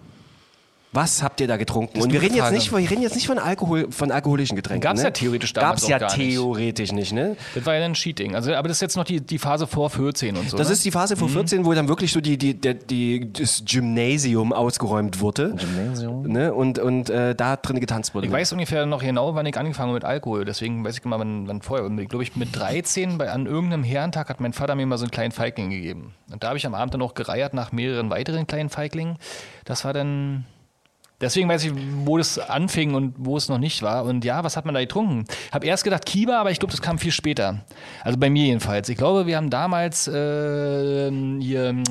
Speaker 2: Was habt ihr da getrunken?
Speaker 3: ist
Speaker 2: Und
Speaker 3: eine
Speaker 2: wir reden,
Speaker 3: gute
Speaker 2: jetzt
Speaker 3: Frage.
Speaker 2: nicht, wir reden jetzt nicht von, Alkohol, von alkoholischen Getränken.
Speaker 3: Gab's
Speaker 2: ne?
Speaker 3: ja theoretisch damals
Speaker 2: Gab's
Speaker 3: auch
Speaker 2: ja
Speaker 3: gar nicht.
Speaker 2: theoretisch nicht, ne?
Speaker 3: Das war ja dann Cheating. Also, aber das ist jetzt noch die, die Phase vor 14 und so.
Speaker 2: Das
Speaker 3: ne?
Speaker 2: ist die Phase vor 14, wo dann wirklich so die, die, der- die, das Gymnasium ausgeräumt wurde. Gymnasium. Ne? Und, und äh, da drin getanzt wurde.
Speaker 3: ich weiß ungefähr noch genau, wann ich angefangen habe mit Alkohol. Deswegen weiß ich immer, wann, wann vorher. Ich glaube, ich mit 13 bei, an irgendeinem Herrentag hat mein Vater mir mal so einen kleinen Feigling gegeben. Und da habe ich am Abend dann auch gereiert nach mehreren weiteren kleinen Feiglingen. Das war dann. Deswegen weiß ich, wo das anfing und wo es noch nicht war. Und ja, was hat man da getrunken? Hab erst gedacht Kiba, aber ich glaube, das kam viel später. Also bei mir jedenfalls. Ich glaube, wir haben damals äh, hier ähm,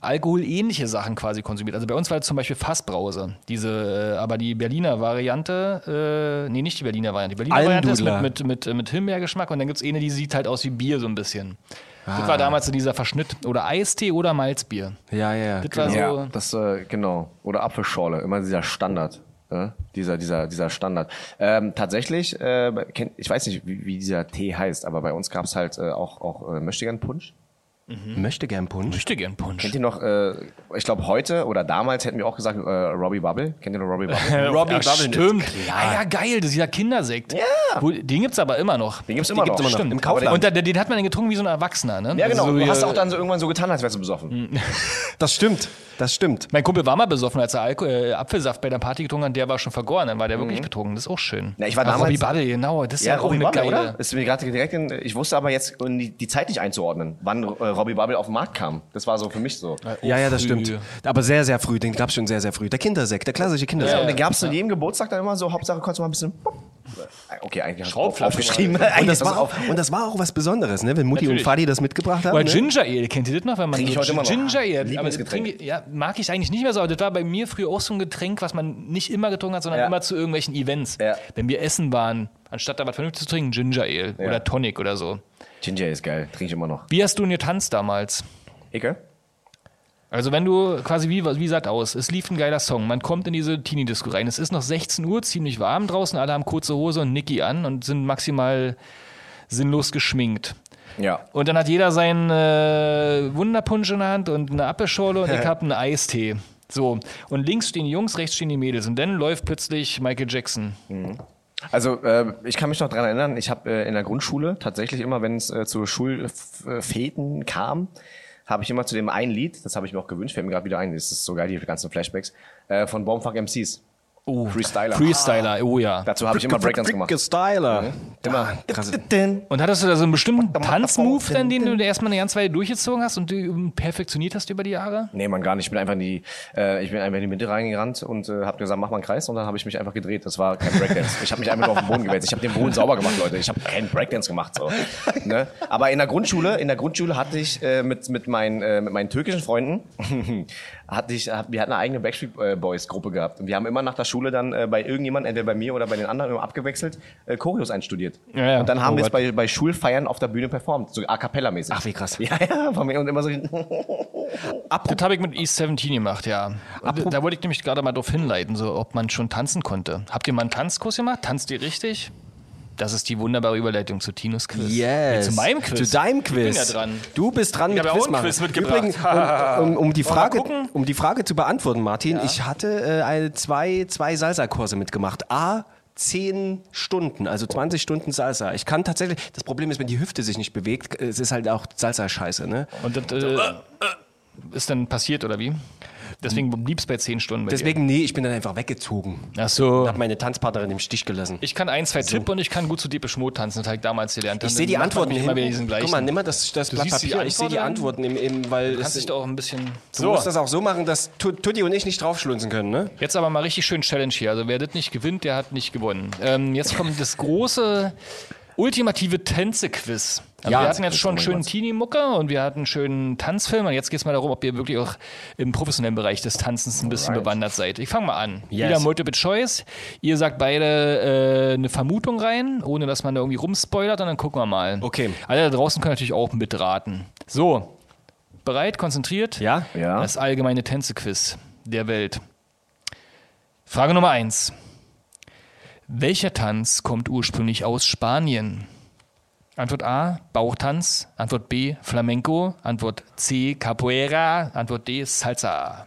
Speaker 3: alkoholähnliche Sachen quasi konsumiert. Also bei uns war das zum Beispiel Fassbrause. Diese, äh, aber die Berliner Variante, äh, nee, nicht die Berliner Variante. Die Berliner Variante ist
Speaker 2: Almdudler.
Speaker 3: mit, mit, mit, äh, mit Himbeergeschmack und dann gibt es eine, die sieht halt aus wie Bier so ein bisschen.
Speaker 1: Ah.
Speaker 3: Das war damals so dieser Verschnitt. Oder Eistee oder Malzbier.
Speaker 2: Ja, ja, ja.
Speaker 3: Das war so.
Speaker 1: Ja, das, äh, genau. Oder Apfelschorle, immer dieser Standard. ne? Dieser, dieser, dieser Standard. Ähm, tatsächlich, äh, kenn, ich weiß nicht, wie, wie dieser Tee heißt, aber bei uns gab's halt äh, auch, auch äh, Möchtegern-Punsch.
Speaker 2: Möchte gern Punsch.
Speaker 3: möchte gern Punsch.
Speaker 1: Kennt ihr noch, äh, ich glaube heute oder damals hätten wir auch gesagt, äh, Robbie Bubble. Kennt ihr noch Robbie Bubble?
Speaker 3: Robbie Stimmt. Ah ja, geil, das ist dieser Kindersekt. Ja. den gibt's aber immer noch.
Speaker 1: Den gibt's immer noch.
Speaker 2: immer noch.
Speaker 3: Stimmt.
Speaker 2: Im Kaufland.
Speaker 3: Und da, den hat man dann getrunken wie so ein Erwachsener, ne?
Speaker 1: Ja, genau.
Speaker 3: Also
Speaker 1: du
Speaker 3: so
Speaker 1: hast
Speaker 3: wie-
Speaker 1: auch dann so irgendwann so getan, als wärst du
Speaker 3: Mhm.
Speaker 1: besoffen.
Speaker 2: Das stimmt, das stimmt.
Speaker 3: mein Kumpel war mal besoffen, als er Alko äh, Apfelsaft bei der Party getrunken hat, der war schon vergoren, dann war der wirklich betrunken. Das ist auch schön.
Speaker 1: Ja, Mhm. ich war
Speaker 3: Ah,
Speaker 1: damals-
Speaker 3: Robbie Bubble, genau. Das ist ja,
Speaker 1: Ja,
Speaker 3: auch
Speaker 1: Robbie
Speaker 3: eine
Speaker 1: Bubble,
Speaker 3: geile.
Speaker 1: oder? Ist mir gerade direkt in, ich wusste aber jetzt in die, die Zeit nicht einzuordnen, wann äh, Robbie Bubble auf den Markt kam. Das war so für mich so.
Speaker 2: Oh, Ja, ja, das
Speaker 3: früh.
Speaker 2: stimmt. Aber sehr, sehr früh, den gab es schon sehr, sehr früh. Der Kindersekt, der klassische
Speaker 1: Ja,
Speaker 2: Kindersekt.
Speaker 1: und dann gab es zu jedem Geburtstag dann immer so, Hauptsache konntest du mal ein bisschen. pop. Okay, eigentlich hast du auf-
Speaker 3: Schraubflasche.
Speaker 1: aufgeschrieben.
Speaker 2: Und
Speaker 1: Eigentlich
Speaker 2: das,
Speaker 1: hast
Speaker 2: war
Speaker 1: du auf-
Speaker 2: auch, und das war auch was Besonderes, ne? wenn Mutti
Speaker 3: Natürlich.
Speaker 2: und Fadi das mitgebracht haben.
Speaker 3: Oder
Speaker 2: Ne?
Speaker 3: Ginger Ale, kennt ihr das noch? Wenn man
Speaker 1: Trink ich
Speaker 3: so
Speaker 1: heute immer noch.
Speaker 3: Ginger Ale, aber
Speaker 1: Lieblingsgetränk.
Speaker 3: trinke, ja, mag ich eigentlich nicht mehr so, aber das war bei mir früher auch so ein Getränk, was man nicht immer getrunken hat, sondern
Speaker 1: Ja.
Speaker 3: immer zu irgendwelchen Events.
Speaker 1: Ja.
Speaker 3: Wenn wir essen waren, anstatt da was Vernünftiges zu trinken, Ginger Ale oder Tonic oder so.
Speaker 1: Ginger ist geil, trinke ich immer noch.
Speaker 3: Wie hast du denn getanzt damals?
Speaker 1: Ecke?
Speaker 3: Also wenn du quasi, wie, wie sagt aus, es lief ein geiler Song, man kommt in diese Teenie-Disco rein, es ist noch 16 Uhr, ziemlich warm draußen, alle haben kurze Hose und Nicky an und sind maximal sinnlos geschminkt.
Speaker 1: Ja.
Speaker 3: Und dann hat jeder seinen äh, Wunderpunsch in der Hand und eine Apfelschorle und ich habe einen Eistee. So, und links stehen die Jungs, rechts stehen die Mädels. Und dann läuft plötzlich Michael Jackson.
Speaker 1: Also äh, ich kann mich noch dran erinnern, ich habe äh, in der Grundschule tatsächlich immer, wenn es äh, zu Schulfäten kam, habe ich immer zu dem einen Lied, das habe ich mir auch gewünscht, fällt mir gerade wieder ein, das ist so geil, die ganzen Flashbacks, äh, von Bombfuck MCs. Oh, Freestyler.
Speaker 3: Freestyler, oh ja.
Speaker 1: Dazu habe ich immer Breakdance gemacht.
Speaker 2: Styler.
Speaker 1: Immer.
Speaker 3: Und hattest du da so einen bestimmten Tanzmove, dann, den du dir erstmal eine ganze Weile durchgezogen hast und du perfektioniert hast über die Jahre?
Speaker 1: Nee, man gar nicht. Ich bin einfach in die, äh, ich bin einfach in die Mitte reingerannt und äh, habe gesagt, mach mal einen Kreis und dann habe ich mich einfach gedreht. Das war kein Breakdance. Ich habe mich einfach nur auf den Boden gewälzt. Ich habe den Boden sauber gemacht, Leute. Ich habe keinen Breakdance gemacht. So. Ne? Aber in der Grundschule, in der Grundschule hatte ich äh, mit mit meinen äh, mit meinen türkischen Freunden hatte ich, hab, wir hatten eine eigene Backstreet äh, Boys Gruppe gehabt und wir haben immer nach der Schule dann äh, bei irgendjemandem, entweder bei mir oder bei den anderen immer abgewechselt, äh, Choreos einstudiert.
Speaker 3: Ja, ja.
Speaker 1: Und dann haben
Speaker 3: Oh
Speaker 1: wir es
Speaker 3: Gott.
Speaker 1: bei bei Schulfeiern auf der Bühne performt, so a cappella mäßig.
Speaker 2: Ach, wie krass.
Speaker 1: Ja, ja, war mir und immer so
Speaker 3: Das habe ich mit East 17 gemacht, ja. Und da wollte ich nämlich gerade mal darauf hinleiten, so, ob man schon tanzen konnte. Habt ihr mal einen Tanzkurs gemacht? Tanzt ihr richtig? Das ist die wunderbare Überleitung zu Tinos Quiz. Nee,
Speaker 2: Yes.
Speaker 3: zu meinem Quiz.
Speaker 2: Zu deinem Quiz.
Speaker 3: Ich bin ja dran.
Speaker 2: Du bist dran
Speaker 3: hab ja auch einen Quiz mitgebracht.
Speaker 2: Übrigens, um, um, um, die
Speaker 3: Wollen wir
Speaker 2: Frage,
Speaker 3: gucken?
Speaker 2: um die Frage zu beantworten, Martin, ich hatte äh, eine, zwei, zwei Salsa-Kurse mitgemacht. A, 10 Stunden, also 20 Stunden Salsa. Ich kann tatsächlich, das Problem ist, wenn die Hüfte sich nicht bewegt, es ist halt auch Salsa-Scheiße, ne?
Speaker 3: Und das äh, ist dann passiert, oder wie? Deswegen blieb's bei 10 Stunden bei
Speaker 2: Deswegen, nee, ich bin dann einfach weggezogen.
Speaker 3: dir. Ach so.
Speaker 2: Hab meine Tanzpartnerin im Stich gelassen.
Speaker 3: Ich kann ein, zwei Tipp und ich kann gut zu Depeche Mode tanzen. Das habe ich damals gelernt.
Speaker 2: Ich sehe die Antworten
Speaker 3: hin.
Speaker 2: hinten.
Speaker 3: Immer wieder diesen gleichen.
Speaker 2: Guck mal, nimm mal das, das
Speaker 3: Du
Speaker 2: Blatt
Speaker 3: siehst die
Speaker 2: Papier. Ich sehe die
Speaker 3: Antworten
Speaker 2: Antworten im, im weil
Speaker 3: Kannst dich
Speaker 2: es,
Speaker 3: da auch ein bisschen...
Speaker 2: du musst das auch so machen, dass Tu- Tutti und ich nicht draufschlunzen können, ne?
Speaker 3: Jetzt aber mal richtig schön Challenge hier. Also wer das nicht gewinnt, der hat nicht gewonnen. Ähm, jetzt kommt das große, ultimative Tänze-Quiz. Also
Speaker 2: Ja,
Speaker 3: wir hatten jetzt
Speaker 2: das
Speaker 3: schon einen
Speaker 2: ist
Speaker 3: schönen Teenie-Mucke und wir hatten einen schönen Tanzfilm. Und jetzt geht es mal darum, ob ihr wirklich auch im professionellen Bereich des Tanzens ein bisschen bewandert seid. Ich fange mal an.
Speaker 2: Yes.
Speaker 3: Wieder Multiple Choice. Ihr sagt beide äh, eine Vermutung rein, ohne dass man da irgendwie rumspoilert. Und dann gucken wir mal.
Speaker 2: Okay.
Speaker 3: Alle da draußen können natürlich auch mitraten. So, bereit, konzentriert?
Speaker 2: Ja?
Speaker 1: Ja.
Speaker 3: Das allgemeine Tänzequiz der Welt. Frage Nummer 1. Welcher Tanz kommt ursprünglich aus Spanien? Antwort A, Bauchtanz. Antwort B, Flamenco. Antwort C, Capoeira. Antwort D, Salsa.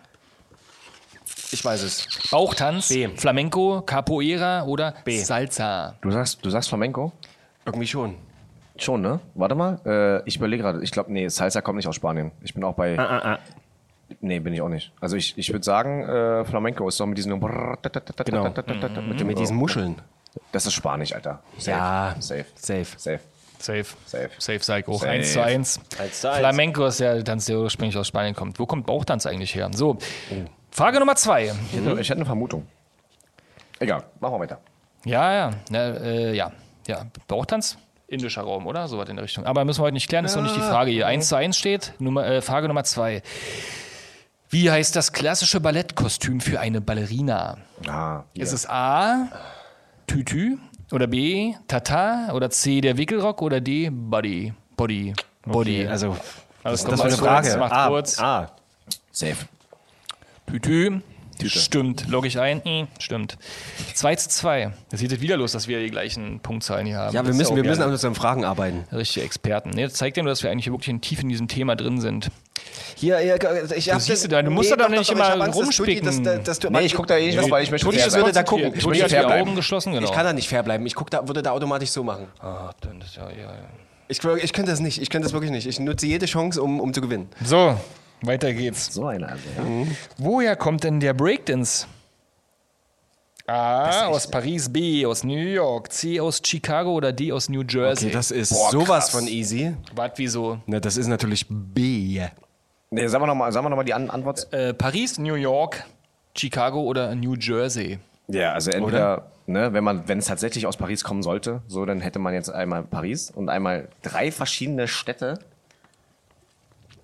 Speaker 2: Ich weiß es.
Speaker 3: Bauchtanz,
Speaker 2: B.
Speaker 3: Flamenco, Capoeira oder Salsa.
Speaker 1: Du sagst, du sagst Flamenco?
Speaker 2: Irgendwie schon.
Speaker 1: Schon, ne? Warte mal. Äh, ich überlege gerade. Ich glaube, nee, Salsa kommt nicht aus Spanien. Ich bin auch bei. Nee, bin ich auch nicht. Also ich, ich würde sagen, äh, Flamenco ist doch mit diesen.
Speaker 2: Genau.
Speaker 1: Mit, dem,
Speaker 2: Mit diesen Muscheln.
Speaker 1: Das ist Spanisch, Alter. Safe.
Speaker 2: Ja.
Speaker 1: Safe.
Speaker 2: Safe.
Speaker 1: Safe.
Speaker 3: Safe.
Speaker 1: Safe.
Speaker 3: Safe sage ich auch.
Speaker 1: Safe.
Speaker 3: 1 zu 1.
Speaker 2: Eins zu eins.
Speaker 3: Flamenco ist ja der Tanz, der ursprünglich aus Spanien kommt. Wo kommt Bauchtanz eigentlich her? So,
Speaker 2: Oh.
Speaker 3: Frage Nummer 2.
Speaker 1: Ich hätte, ich hätte eine Vermutung. Egal, machen wir weiter.
Speaker 3: Ja, ja, na, äh, ja, ja. Bauchtanz? Indischer Raum, oder? So was in der Richtung. Aber müssen wir heute nicht klären, ist noch nicht die Frage hier. 1 zu 1 steht. Nummer, äh, Frage Nummer 2. Wie heißt das klassische Ballettkostüm für eine Ballerina?
Speaker 1: Ah, hier.
Speaker 3: Ist es A, Tütü? Oder B, Tata? Oder C, der Wickelrock? Oder D, Body? Body. Body.
Speaker 2: Also,
Speaker 3: Also,
Speaker 2: das
Speaker 3: kommt
Speaker 2: war eine
Speaker 3: alles kurz,
Speaker 2: Frage.
Speaker 3: macht
Speaker 2: A,
Speaker 3: kurz.
Speaker 2: A.
Speaker 1: Safe.
Speaker 3: Tütü. Stimmt, logge ich ein. Mm, Stimmt. 2 zu 2. Jetzt geht es wieder los, dass wir die gleichen Punktzahlen hier haben.
Speaker 2: Ja, wir
Speaker 3: Das ist
Speaker 2: müssen,
Speaker 3: auch
Speaker 2: wir müssen
Speaker 3: gerne.
Speaker 2: an unseren Fragen arbeiten.
Speaker 3: Richtige Experten. Ne, das zeigt ja nur, dass wir eigentlich wirklich tief in diesem Thema drin sind. Oh,
Speaker 2: Hier, hier ich hab
Speaker 3: siehst du da, du musst da doch nicht immer rumspicken.
Speaker 1: Nee, ich guck da eh nicht drauf, weil ich möchte
Speaker 2: Tutti
Speaker 1: fair
Speaker 2: würde
Speaker 1: bleiben.
Speaker 2: da gucken.
Speaker 3: Ich
Speaker 1: Ich möchte
Speaker 3: habe
Speaker 1: fair
Speaker 3: die
Speaker 1: bleiben.
Speaker 3: Augen geschlossen, genau.
Speaker 2: Ich kann da nicht fair bleiben. Ich guck da, würde da automatisch so machen.
Speaker 3: Ah, dann ist ja, ja, ja.
Speaker 2: Ich, ich könnte das nicht. Ich könnte das wirklich nicht. Ich nutze jede Chance, um, um zu gewinnen.
Speaker 3: So, weiter geht's.
Speaker 1: So eine also. Ja.
Speaker 3: Woher kommt denn der Breakdance? A, aus Paris, B, aus New York, C, aus Chicago oder D, aus New Jersey?
Speaker 2: Okay, das ist
Speaker 1: Boah,
Speaker 2: sowas
Speaker 1: krass.
Speaker 2: von easy.
Speaker 3: Was, wieso?
Speaker 2: Na, das ist natürlich B.
Speaker 1: Nee, sagen wir nochmal noch mal die An Antwort.
Speaker 3: Äh, Paris, New York, Chicago oder New Jersey?
Speaker 1: Ja, also entweder, ne, wenn man, wenn es tatsächlich aus Paris kommen sollte, so, dann hätte man jetzt einmal Paris und einmal drei verschiedene Städte.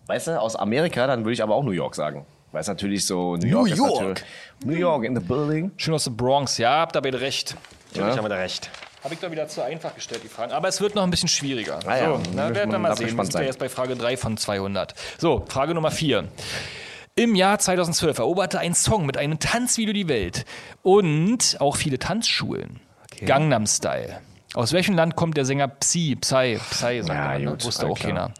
Speaker 1: Weißt du, aus Amerika, dann würde ich aber auch New York sagen. Weil es natürlich so New York,
Speaker 2: York.
Speaker 1: ist natürlich. New York in the building.
Speaker 3: Schön aus der Bronx, ja, habt ihr beide recht.
Speaker 2: Natürlich haben wir da recht.
Speaker 3: Habe ich doch wieder zu einfach gestellt, die Fragen. Aber es wird noch ein bisschen schwieriger.
Speaker 1: Ah ja,
Speaker 3: so, na,
Speaker 1: muss
Speaker 3: werden wir
Speaker 1: man-
Speaker 3: mal
Speaker 1: darf
Speaker 3: sehen. Wir
Speaker 1: gespannt
Speaker 3: sind ja
Speaker 1: sein.
Speaker 3: jetzt bei Frage 3 von 200. So, Frage Nummer 4. Im Jahr 2012 eroberte ein Song mit einem Tanzvideo die Welt und auch viele Tanzschulen. Gangnam Style. Aus welchem Land kommt der Sänger Psy? Psy, Psy, sagt
Speaker 1: Ja,
Speaker 3: man, ne?
Speaker 1: gut,
Speaker 3: wusste
Speaker 1: all
Speaker 3: auch
Speaker 1: klar.
Speaker 3: keiner.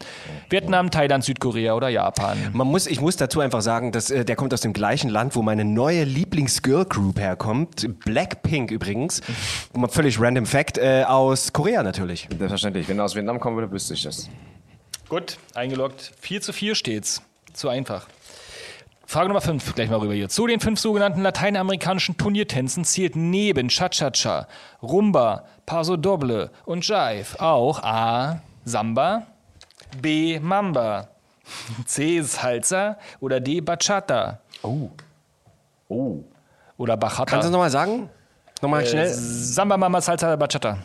Speaker 3: Vietnam, Thailand, Südkorea oder Japan?
Speaker 2: Man muss, ich muss dazu einfach sagen, dass äh, der kommt aus dem gleichen Land, wo meine neue Lieblings-Girl-Group herkommt. Blackpink übrigens. Mal Völlig random Fact. Äh, aus Korea natürlich.
Speaker 1: Selbstverständlich. Wenn du aus Vietnam kommen würde, wüsste ich das.
Speaker 3: Gut, eingeloggt. 4 zu 4 steht's. Zu einfach. Frage Nummer 5, gleich mal rüber hier. Zu den fünf sogenannten lateinamerikanischen Turniertänzen zählt neben Cha-Cha-Cha, Rumba, Paso Doble und Jive auch A. Samba, B. Mamba, C. Salsa oder D. Bachata
Speaker 1: Oh.
Speaker 3: oder Bachata.
Speaker 2: Kannst du es nochmal sagen? Nochmal
Speaker 3: Äh,
Speaker 2: schnell.
Speaker 3: Samba, Mamba, Salsa, Bachata.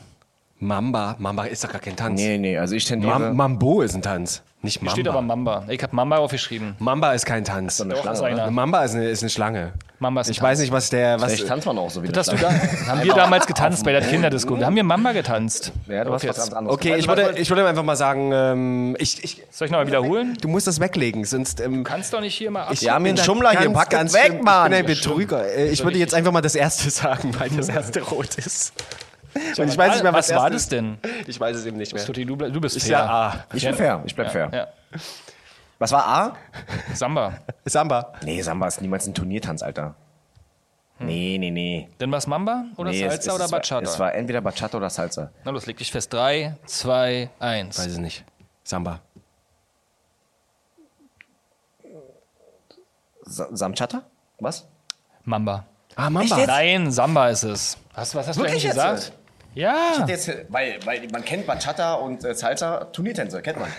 Speaker 2: Mamba. Mamba ist doch gar kein Tanz.
Speaker 1: Nee, nee, also ich tendiere.
Speaker 2: Mam Mambo ist ein Tanz. Nicht
Speaker 3: Hier
Speaker 2: Mamba.
Speaker 3: steht aber Mamba. Ich habe Mamba aufgeschrieben.
Speaker 2: Mamba ist kein Tanz.
Speaker 1: eine
Speaker 3: Doch,
Speaker 1: Schlange,
Speaker 3: ist
Speaker 1: oder?
Speaker 3: einer.
Speaker 2: Mamba ist eine, ist eine Schlange.
Speaker 3: Mamba ist ein
Speaker 2: ich
Speaker 3: Tanz.
Speaker 2: weiß nicht, was der. Was,
Speaker 1: Vielleicht tanzt man auch so wieder.
Speaker 3: Das du da, haben wir damals getanzt bei der Kinderdisco. Da haben wir Mamba getanzt.
Speaker 1: Ja, du hast was
Speaker 3: Jetzt.
Speaker 1: ganz anderes. Also
Speaker 2: okay, ich
Speaker 1: Warte,
Speaker 2: würde, ich würde einfach mal sagen, ähm, ich, ich,
Speaker 3: Soll ich nochmal wiederholen?
Speaker 2: du musst das weglegen, sonst. Ähm,
Speaker 3: Du kannst doch nicht hier mal ab.
Speaker 1: Ja, haben hier einen
Speaker 2: bin
Speaker 1: Schummler hier,
Speaker 2: ganz,
Speaker 1: pack
Speaker 2: ganz
Speaker 1: das weg,
Speaker 2: schlimm.
Speaker 1: Mann.
Speaker 2: Ich bin ein Betrüger. Äh,
Speaker 3: Also
Speaker 2: Ich würde jetzt einfach mal das erste sagen, weil das erste rot ist. Und ich weiß nicht mehr, was,
Speaker 3: was war
Speaker 2: das
Speaker 3: das denn?
Speaker 2: ist. Ich weiß es eben nicht mehr. ah.
Speaker 3: Tutti, du, ble- du bist
Speaker 2: Ich
Speaker 3: fair.
Speaker 2: sag A.
Speaker 1: Ich bin fair, ich bleib fair.
Speaker 3: Ja.
Speaker 1: Was war A?
Speaker 3: Samba.
Speaker 2: Samba.
Speaker 1: Nee, Samba ist niemals ein Turniertanz, Alter.
Speaker 3: Hm.
Speaker 1: Nee, nee, nee.
Speaker 3: Dann war es Mamba oder
Speaker 1: nee
Speaker 3: Salsa oder Bachata?
Speaker 1: War, es war entweder Bachata oder Salsa.
Speaker 3: Na los, leg dich fest. Drei, zwei,
Speaker 2: Weiß
Speaker 3: eins.
Speaker 2: es nicht. Samba.
Speaker 1: Sa- Samchata? Was?
Speaker 3: Mamba.
Speaker 2: Ah, Mamba.
Speaker 3: Nein, Samba ist es. Was, was hast du
Speaker 1: Wirklich
Speaker 3: eigentlich
Speaker 1: jetzt?
Speaker 3: gesagt? Ja.
Speaker 1: Jetzt, weil, weil man kennt Bachata und äh, Salsa, Turniertänze, kennt man.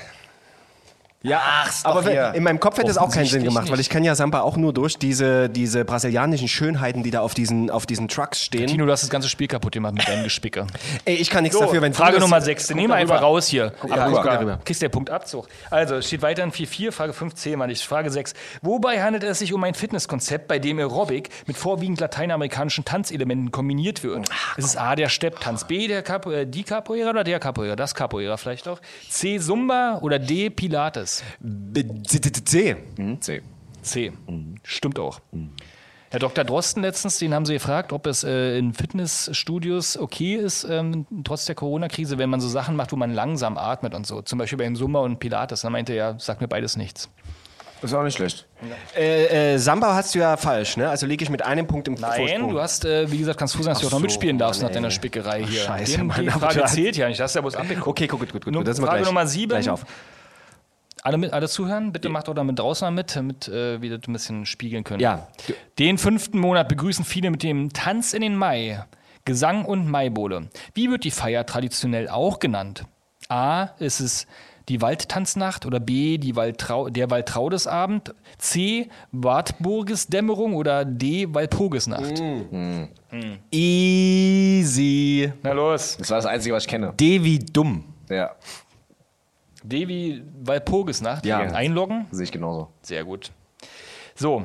Speaker 2: Ja,
Speaker 1: ist
Speaker 2: aber
Speaker 1: doch
Speaker 2: wenn-
Speaker 1: hier.
Speaker 2: in meinem Kopf hätte es auch keinen Sinn
Speaker 3: Offensichtlich
Speaker 2: gemacht, weil
Speaker 3: nicht.
Speaker 2: ich kenne ja Samba auch nur durch diese, diese brasilianischen Schönheiten, die da auf diesen, auf diesen Trucks stehen.
Speaker 3: Tino, du hast das ganze Spiel kaputt gemacht mit deinem Gespicke.
Speaker 2: Ey, ich kann nichts dafür, wenn
Speaker 3: Frage
Speaker 2: du das-
Speaker 3: Nummer 6. Nehmen wir einfach raus hier. Guck,
Speaker 2: ja, guck darüber.
Speaker 3: Kriegst der Punkt Abzug. Also, es steht weiterhin 4-4, Frage 5 zählen wir nicht. Frage 6. Wobei handelt es sich um ein Fitnesskonzept, bei dem Aerobic mit vorwiegend lateinamerikanischen Tanzelementen kombiniert wird? Es ist A, der Stepptanz, B, der Capo, äh, die Capoeira oder der Capoeira? Das Capoeira vielleicht auch. C, Zumba oder D, Pilates?
Speaker 2: B- C- C- C.
Speaker 1: Hm, C.
Speaker 3: C.
Speaker 2: Mhm.
Speaker 3: Stimmt auch. Herr Dr. Drosten letztens, den haben Sie gefragt, ob es äh, in Fitnessstudios okay ist, ähm, trotz der Corona-Krise, wenn man so Sachen macht, wo man langsam atmet und so. Zum Beispiel beim Summer und Pilates. Dann meinte er, ja, sagt mir beides nichts.
Speaker 1: Ist auch nicht schlecht.
Speaker 2: Äh, äh, Samba hast du ja falsch, ne? Also liege ich mit einem Punkt im
Speaker 3: Nein,
Speaker 2: Vorsprung.
Speaker 3: du hast, äh, wie gesagt, kannst froh sein, dass du auch noch
Speaker 2: so,
Speaker 3: mitspielen darfst
Speaker 2: Mann,
Speaker 3: nach deiner
Speaker 2: ey.
Speaker 3: Spickerei hier.
Speaker 2: scheiße,
Speaker 3: Den,
Speaker 2: Mann,
Speaker 3: die
Speaker 2: aber
Speaker 3: Frage
Speaker 2: du hast-
Speaker 3: zählt ja nicht, das ist ja bloß abgeguckt.
Speaker 2: Okay, gut, gut, gut, gut.
Speaker 3: Nun,
Speaker 2: das ist
Speaker 3: Frage
Speaker 2: gleich,
Speaker 3: Nummer sieben.
Speaker 2: Gleich auf.
Speaker 3: Alle, mit, alle zuhören, bitte macht auch damit draußen mal mit, damit äh, wir das ein bisschen spiegeln können.
Speaker 2: Ja.
Speaker 3: Den fünften Monat begrüßen viele mit dem Tanz in den Mai, Gesang und Maibowle. Wie wird die Feier traditionell auch genannt? A. Ist es die Waldtanznacht oder B. Die Waldtrau der Waldtraudesabend? C. Wartburgesdämmerung oder D. Walpurgisnacht?
Speaker 2: Easy.
Speaker 3: Na los.
Speaker 1: Das war das Einzige, was ich kenne.
Speaker 2: Devi dumm.
Speaker 1: Ja,
Speaker 3: D. Wie Walpurgisnacht?
Speaker 2: Ja.
Speaker 3: Einloggen?
Speaker 1: sehe ich genauso.
Speaker 3: Sehr gut. So.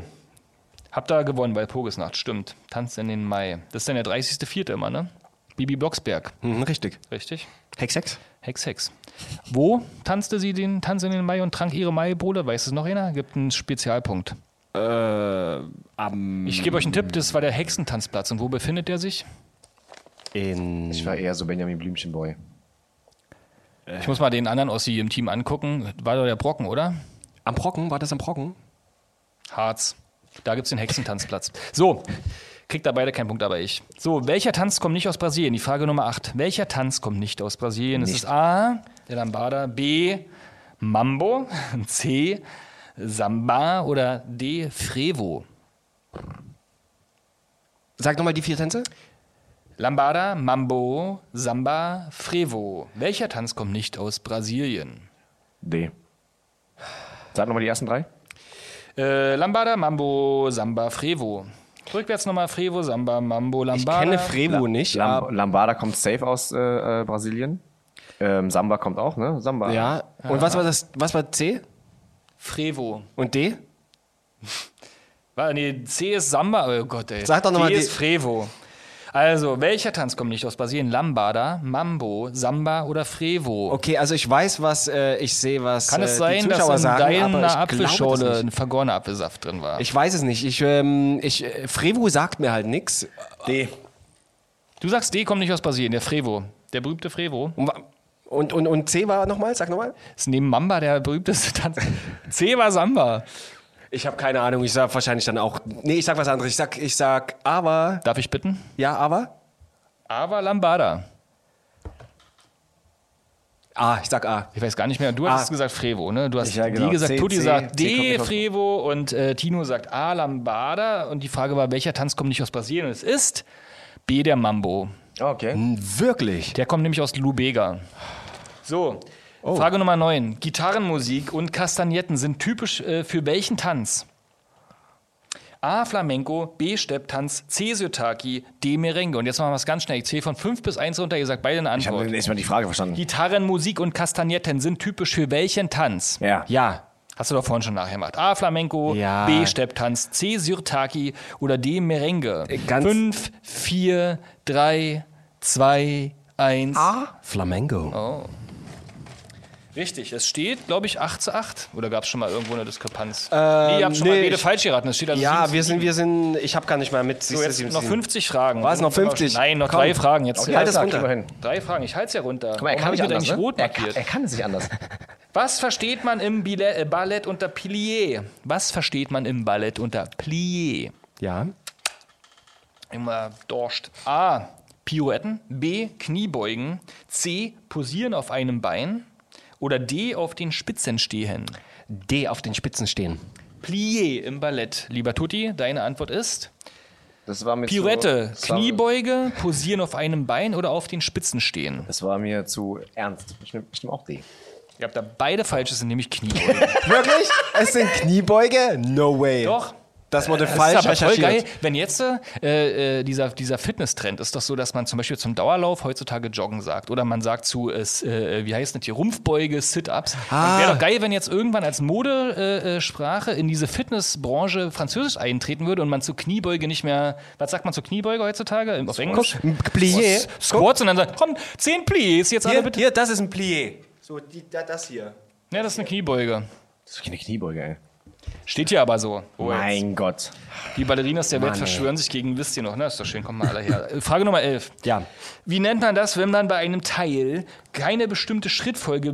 Speaker 3: Habt da gewonnen bei Pogesnacht, stimmt. Tanz in den Mai. Das ist dann der 30.04. immer, ne? Bibi Blocksberg,
Speaker 2: Mhm, richtig.
Speaker 3: richtig?
Speaker 2: Hex, Hex.
Speaker 3: Hex, Hex. Wo tanzte sie den Tanz in den Mai und trank ihre Maibowle? Weiß es noch einer? Gibt einen Spezialpunkt.
Speaker 2: Am
Speaker 3: Ich gebe euch einen Tipp, das war der Hexentanzplatz. Und wo befindet der sich?
Speaker 2: in
Speaker 1: Ich war eher so Benjamin Blümchenboy.
Speaker 3: Ich muss mal den anderen Ossi im Team angucken. War doch der Brocken, oder?
Speaker 2: am Brocken, war das am Brocken?
Speaker 3: Harz. Da gibt es den Hexentanzplatz. So, kriegt da beide keinen Punkt, aber ich. So, welcher Tanz kommt nicht aus Brasilien? Die Frage Nummer 8. Welcher Tanz kommt nicht aus Brasilien? Ist es A, der Lambada, B, Mambo, C, Samba oder D, Frevo?
Speaker 2: Sag nochmal die vier Tänze.
Speaker 3: Lambada, Mambo, Samba, Frevo. Welcher Tanz kommt nicht aus Brasilien?
Speaker 1: D. Sag nochmal die ersten drei.
Speaker 3: Äh, Lambada, Mambo, Samba, Frevo. Rückwärts nochmal Frevo, Samba, Mambo,
Speaker 2: Ich
Speaker 3: Lambada.
Speaker 2: kenne Frevo nicht.
Speaker 1: Lam Lambada kommt safe aus äh, äh, Brasilien. Ähm, Samba kommt auch, ne? Samba.
Speaker 2: aber, ja. Und was war das? Was war C
Speaker 3: Frevo.
Speaker 2: und D?
Speaker 3: War- Nee, C ist Samba, oh Gott, ey.
Speaker 2: Sag doch noch mal
Speaker 3: D
Speaker 2: die-
Speaker 3: ist Frevo. Also, welcher Tanz kommt nicht aus Brasilien? Lambada, Mambo, Samba oder Frevo?
Speaker 2: Okay, also ich weiß, was äh, ich sehe, was
Speaker 3: Kann
Speaker 2: äh,
Speaker 3: es sein,
Speaker 2: die
Speaker 3: dass
Speaker 2: Zuschauer
Speaker 3: in
Speaker 2: sagen, aber ich
Speaker 3: deiner
Speaker 2: glaube das
Speaker 3: Apfelschorle
Speaker 2: nicht.
Speaker 3: ein vergorener Apfelsaft drin war?
Speaker 2: Ich weiß es nicht. Ich, ähm, ich, äh, Frevo sagt mir halt nichts.
Speaker 1: D.
Speaker 3: du sagst, D kommt nicht aus Brasilien, der Frevo. Der berühmte Frevo.
Speaker 2: Und, und, und C war nochmal? Sag nochmal.
Speaker 3: Ist neben Mamba der berühmteste Tanz. C war Samba.
Speaker 2: Ich habe keine Ahnung. Ich sag wahrscheinlich dann auch. Nee, ich sag was anderes. Ich sag, ich sag, aber.
Speaker 3: Darf ich bitten?
Speaker 2: Ja, aber.
Speaker 3: A war Lambada.
Speaker 2: A, ich sag A.
Speaker 3: Ich weiß gar nicht mehr. Du hast gesagt Frevo, ne? Du hast
Speaker 1: Ah. Ja, genau.
Speaker 3: D gesagt,
Speaker 1: C,
Speaker 3: Tutti
Speaker 1: C,
Speaker 3: sagt
Speaker 1: C kommt
Speaker 3: D,
Speaker 1: nicht aus-
Speaker 3: Frevo und äh, Tino sagt A, Lambada. Und die Frage war, welcher Tanz kommt nicht aus Brasilien? Und es ist B, der Mambo.
Speaker 1: Ah,
Speaker 2: Hm.
Speaker 1: Okay.
Speaker 2: Wirklich?
Speaker 3: Der kommt nämlich aus Lubega. So,
Speaker 1: Oh.
Speaker 3: Frage Nummer 9. Gitarrenmusik und Kastagnetten sind typisch äh, für welchen Tanz? A. Flamenco, B. Stepptanz, C. Sytaki, D. Merengue. Und jetzt machen wir es ganz schnell. Ich zähle von 5 bis 1 runter. Ihr sagt beide eine
Speaker 1: Ich habe
Speaker 3: Antwort.
Speaker 1: erstmal die Frage
Speaker 3: Hm.
Speaker 1: verstanden.
Speaker 3: Gitarrenmusik und Kastagnetten sind typisch für welchen Tanz?
Speaker 1: Ja.
Speaker 3: Ja. Hast du doch vorhin schon nachgemacht. A. Flamenco,
Speaker 2: Ja.
Speaker 3: B. Stepptanz, C. Sirtaki oder D. Merengue.
Speaker 2: Äh, ganz-
Speaker 3: 5, 4, 3, 2, 1.
Speaker 2: Flamengo.
Speaker 3: Oh. Richtig, es steht, glaube ich, 8 zu 8. Oder gab es schon mal irgendwo eine Diskrepanz?
Speaker 2: Ähm,
Speaker 3: nee, ihr habt schon mal
Speaker 2: nee,
Speaker 3: beide
Speaker 2: ich-
Speaker 3: falsch geraten. Es steht also
Speaker 2: Ja,
Speaker 3: sieben-
Speaker 2: wir sind, wir sind, ich habe gar nicht mal mit.
Speaker 3: so, jetzt noch 50 Fragen.
Speaker 2: War es noch
Speaker 3: Dann sind wir
Speaker 2: 50?
Speaker 3: schon- Nein, noch
Speaker 2: Komm.
Speaker 3: drei Fragen. Jetzt
Speaker 2: halt es
Speaker 1: Alltag,
Speaker 2: runter.
Speaker 1: immerhin.
Speaker 3: Drei Fragen, ich halte es ja runter.
Speaker 1: Guck mal, er
Speaker 3: Warum
Speaker 1: kann
Speaker 3: hab
Speaker 1: nicht
Speaker 3: ich das
Speaker 1: anders.
Speaker 3: eigentlich
Speaker 1: Ne?
Speaker 3: rot
Speaker 1: Er, kann,
Speaker 3: markiert?
Speaker 1: er kann es nicht anders.
Speaker 3: Was versteht man im Billett, äh, Ballett unter Plié? Was versteht man im Ballett unter Plié?
Speaker 2: Ja.
Speaker 3: Immer dorscht. A. Pirouetten. B. Kniebeugen. C. Posieren auf einem Bein. Oder D. Auf den Spitzen stehen.
Speaker 2: D auf den Spitzen stehen.
Speaker 3: Plié im Ballett. Lieber Tutti, deine Antwort ist
Speaker 1: Das war mir
Speaker 3: Pirouette,
Speaker 1: zu,
Speaker 3: Kniebeuge, posieren auf einem Bein oder auf den Spitzen stehen.
Speaker 1: Das war mir zu ernst. Ich nehme nehm auch die.
Speaker 3: Ihr habt da beide falsch, es sind nämlich Kniebeuge.
Speaker 2: Wirklich? es sind Kniebeuge? No way.
Speaker 3: Doch.
Speaker 2: Das wurde
Speaker 3: Das
Speaker 2: falsch
Speaker 3: ist aber voll
Speaker 2: recherchiert.
Speaker 3: geil, wenn jetzt äh, äh, dieser, dieser Fitness-Trend ist doch so, dass man zum Beispiel zum Dauerlauf heutzutage Joggen sagt oder man sagt zu, äh, s- äh, wie heißt das hier, Rumpfbeuge, Sit-Ups.
Speaker 2: Ah.
Speaker 3: Wäre doch geil, wenn jetzt irgendwann als Modesprache äh, Sprache in diese Fitnessbranche Französisch eintreten würde und man zu Kniebeuge nicht mehr, was sagt man zu Kniebeuge heutzutage auf Englisch?
Speaker 2: ein Plié.
Speaker 3: S- Squats und dann sagt, komm, 10 Pliés, jetzt alle
Speaker 2: Hier,
Speaker 3: bitte.
Speaker 2: hier, das ist ein Plié. So, die, da, das hier.
Speaker 3: Ja, das ist eine Kniebeuge.
Speaker 1: Das ist keine Kniebeuge, ey.
Speaker 3: Steht hier aber so.
Speaker 1: mein Gott.
Speaker 3: Die Ballerinas der Welt verschwören sich gegen, wisst ihr noch, ne? Ist doch schön, kommen mal alle her. Äh, Frage Nummer 11.
Speaker 2: Ja.
Speaker 3: Wie nennt man das, wenn man bei einem Teil keine bestimmte Schrittfolge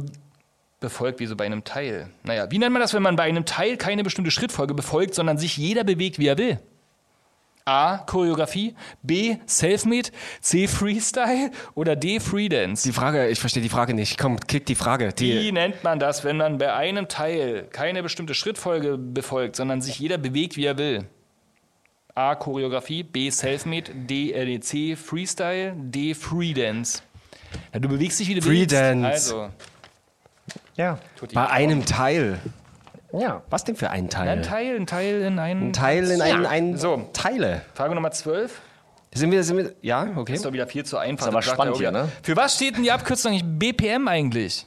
Speaker 3: befolgt, wie so bei einem Teil? Naja, wie nennt man das, wenn man bei einem Teil keine bestimmte Schrittfolge befolgt, sondern sich jeder bewegt, wie er will? A. Choreografie, B. Selfmade, C. Freestyle oder D. Freedance?
Speaker 2: Die Frage, ich verstehe die Frage nicht. Komm, klick die Frage.
Speaker 3: Wie
Speaker 2: Die,
Speaker 3: nennt man das, wenn man bei einem Teil keine bestimmte Schrittfolge befolgt, sondern sich jeder bewegt, wie er will? A. Choreografie, B. Selfmade, D. RDC, Freestyle, D. Freedance. Na, du bewegst dich, wie du
Speaker 2: Freedance.
Speaker 3: willst. Also,
Speaker 1: Ja.
Speaker 2: bei einem Teil.
Speaker 1: Ja.
Speaker 2: Was denn für ein Teil?
Speaker 3: ein Teil, ein Teil in einen.
Speaker 2: Ein Teil in einen, einen
Speaker 3: So.
Speaker 2: Teile.
Speaker 3: Frage Nummer 12.
Speaker 2: Sind wir, sind wir, ja, okay.
Speaker 3: Ist doch wieder viel zu einfach.
Speaker 1: aber
Speaker 3: Das sagt
Speaker 1: spannend
Speaker 3: er auch wieder.
Speaker 1: hier, ne?
Speaker 3: Für was steht denn die Abkürzung eigentlich BPM eigentlich?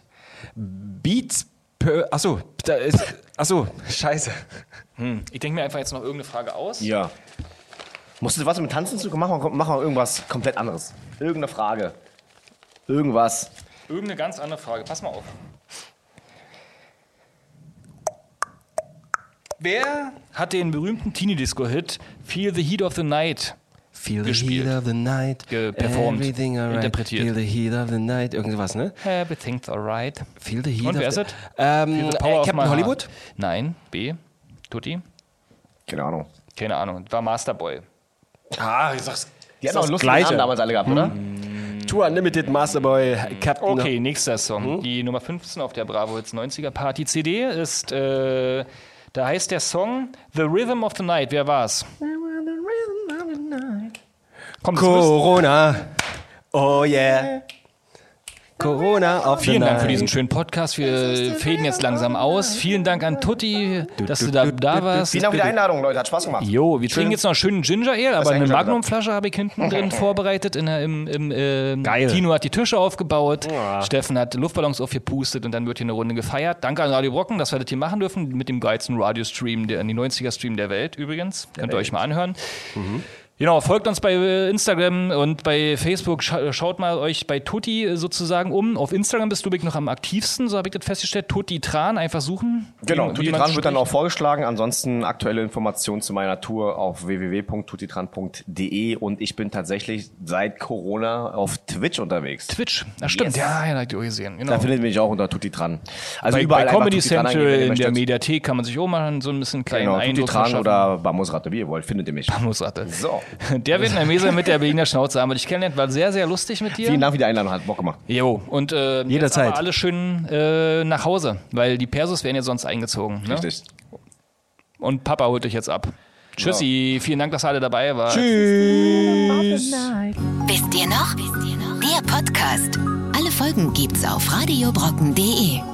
Speaker 2: Beats per, achso, da ist, achso, scheiße.
Speaker 3: Ich denke mir einfach jetzt noch irgendeine Frage aus.
Speaker 1: Ja. Musst du was mit Tanzen zu machen? Mach mal irgendwas komplett anderes. Irgendeine Frage. Irgendwas.
Speaker 3: Irgendeine ganz andere Frage. Pass mal auf. Wer hat den berühmten Teenie-Disco-Hit Feel the Heat of the Night?
Speaker 2: Feel the
Speaker 3: Gespielt.
Speaker 2: heat of the night.
Speaker 3: Ge- performt.
Speaker 2: Everything alright.
Speaker 3: Interpretiert.
Speaker 2: Feel the heat of the night. Irgendwas, ne?
Speaker 3: Everything's alright.
Speaker 2: Feel the heat
Speaker 3: Und
Speaker 2: of
Speaker 3: wer
Speaker 2: the...
Speaker 3: ist es?
Speaker 2: Ähm,
Speaker 3: Feel the
Speaker 2: äh,
Speaker 3: of my
Speaker 2: Captain Hollywood?
Speaker 3: heart. Nein, B. Tutti?
Speaker 1: Keine Ahnung.
Speaker 3: Keine Ahnung. War Masterboy.
Speaker 2: Ah, ich sag's.
Speaker 1: Die hatten
Speaker 2: das
Speaker 1: auch Lust
Speaker 2: Gleiche.
Speaker 1: Namen damals alle gehabt, oder?
Speaker 3: Hm.
Speaker 2: Tour Unlimited Masterboy Captain...
Speaker 3: Okay, nächster
Speaker 2: Mhm.
Speaker 3: Song. Die Nummer 15 auf der Bravo Hits 90er Party CD ist, äh, da heißt der Song The Rhythm of the Night. Wer war's? Komm, das müsst-
Speaker 2: Corona. Oh yeah. Corona auf
Speaker 3: Vielen Dank für diesen schönen Podcast. Wir fäden jetzt langsam aus. Vielen Dank an Tutti, dass du da, da warst.
Speaker 1: Vielen Dank für die Einladung, Leute. Hat Spaß gemacht.
Speaker 3: Jo, wir trinken jetzt noch einen schönen Ginger Ale, aber eine
Speaker 1: eigentlich schon
Speaker 3: Magnumflasche habe ich hinten drin vorbereitet. In der, im, im, äh,
Speaker 2: Geil.
Speaker 3: Tino hat die Tische aufgebaut, Steffen hat Luftballons aufgepustet und dann wird hier eine Runde gefeiert. Danke an Radio Brocken, dass wir das hier machen dürfen mit dem geilsten Radio-Stream, der in die 90er-Stream der Welt übrigens. Könnt ihr euch mal anhören. Genau, folgt uns bei äh, Instagram und bei Facebook. Scha äh, schaut mal euch bei Tutti äh, sozusagen um. Auf Instagram bist du Big, noch am aktivsten, so habe ich das festgestellt. Tutti Tran, einfach suchen.
Speaker 1: Genau,
Speaker 3: wie- wie man's
Speaker 1: Tutitran wird dann
Speaker 3: spricht.
Speaker 1: auch vorgeschlagen. Ansonsten aktuelle Informationen zu meiner Tour auf www.tutitran.de und ich bin tatsächlich seit Corona auf Twitch unterwegs.
Speaker 3: Twitch. Ach, stimmt,
Speaker 1: Yes.
Speaker 3: ja, ja, habt ihr auch gesehen. Genau.
Speaker 1: Da findet ihr mich auch unter Tutitran. Also
Speaker 3: bei,
Speaker 1: überall
Speaker 3: bei
Speaker 1: einfach
Speaker 3: Comedy
Speaker 1: Tutitran eingeben, wenn
Speaker 3: Central
Speaker 1: ihr
Speaker 3: in der
Speaker 1: möchtet.
Speaker 3: Mediathek kann man sich auch mal so ein bisschen kleinen
Speaker 1: Genau,
Speaker 3: Eindruck
Speaker 1: Tutitran
Speaker 3: verschaffen.
Speaker 1: oder Bamusratte, wie ihr wollt, findet ihr mich.
Speaker 3: Hanussratte.
Speaker 1: So.
Speaker 3: Der Vietnameser mit der Berliner Schnauze haben wir dich kennengelernt. War sehr, sehr lustig mit dir.
Speaker 1: Vielen Dank für die Einladung, hat Bock gemacht.
Speaker 3: Jo, und äh, jetzt
Speaker 2: Jederzeit.
Speaker 3: aber alle schön äh, nach Hause, weil die Persos werden ja sonst eingezogen. Ne?
Speaker 1: Richtig.
Speaker 3: Und Papa holt dich jetzt ab. Tschüssi, vielen Dank, dass ihr alle dabei wart.
Speaker 4: Wisst ihr noch? Der Podcast. Alle Folgen gibt's auf radiobrocken.de.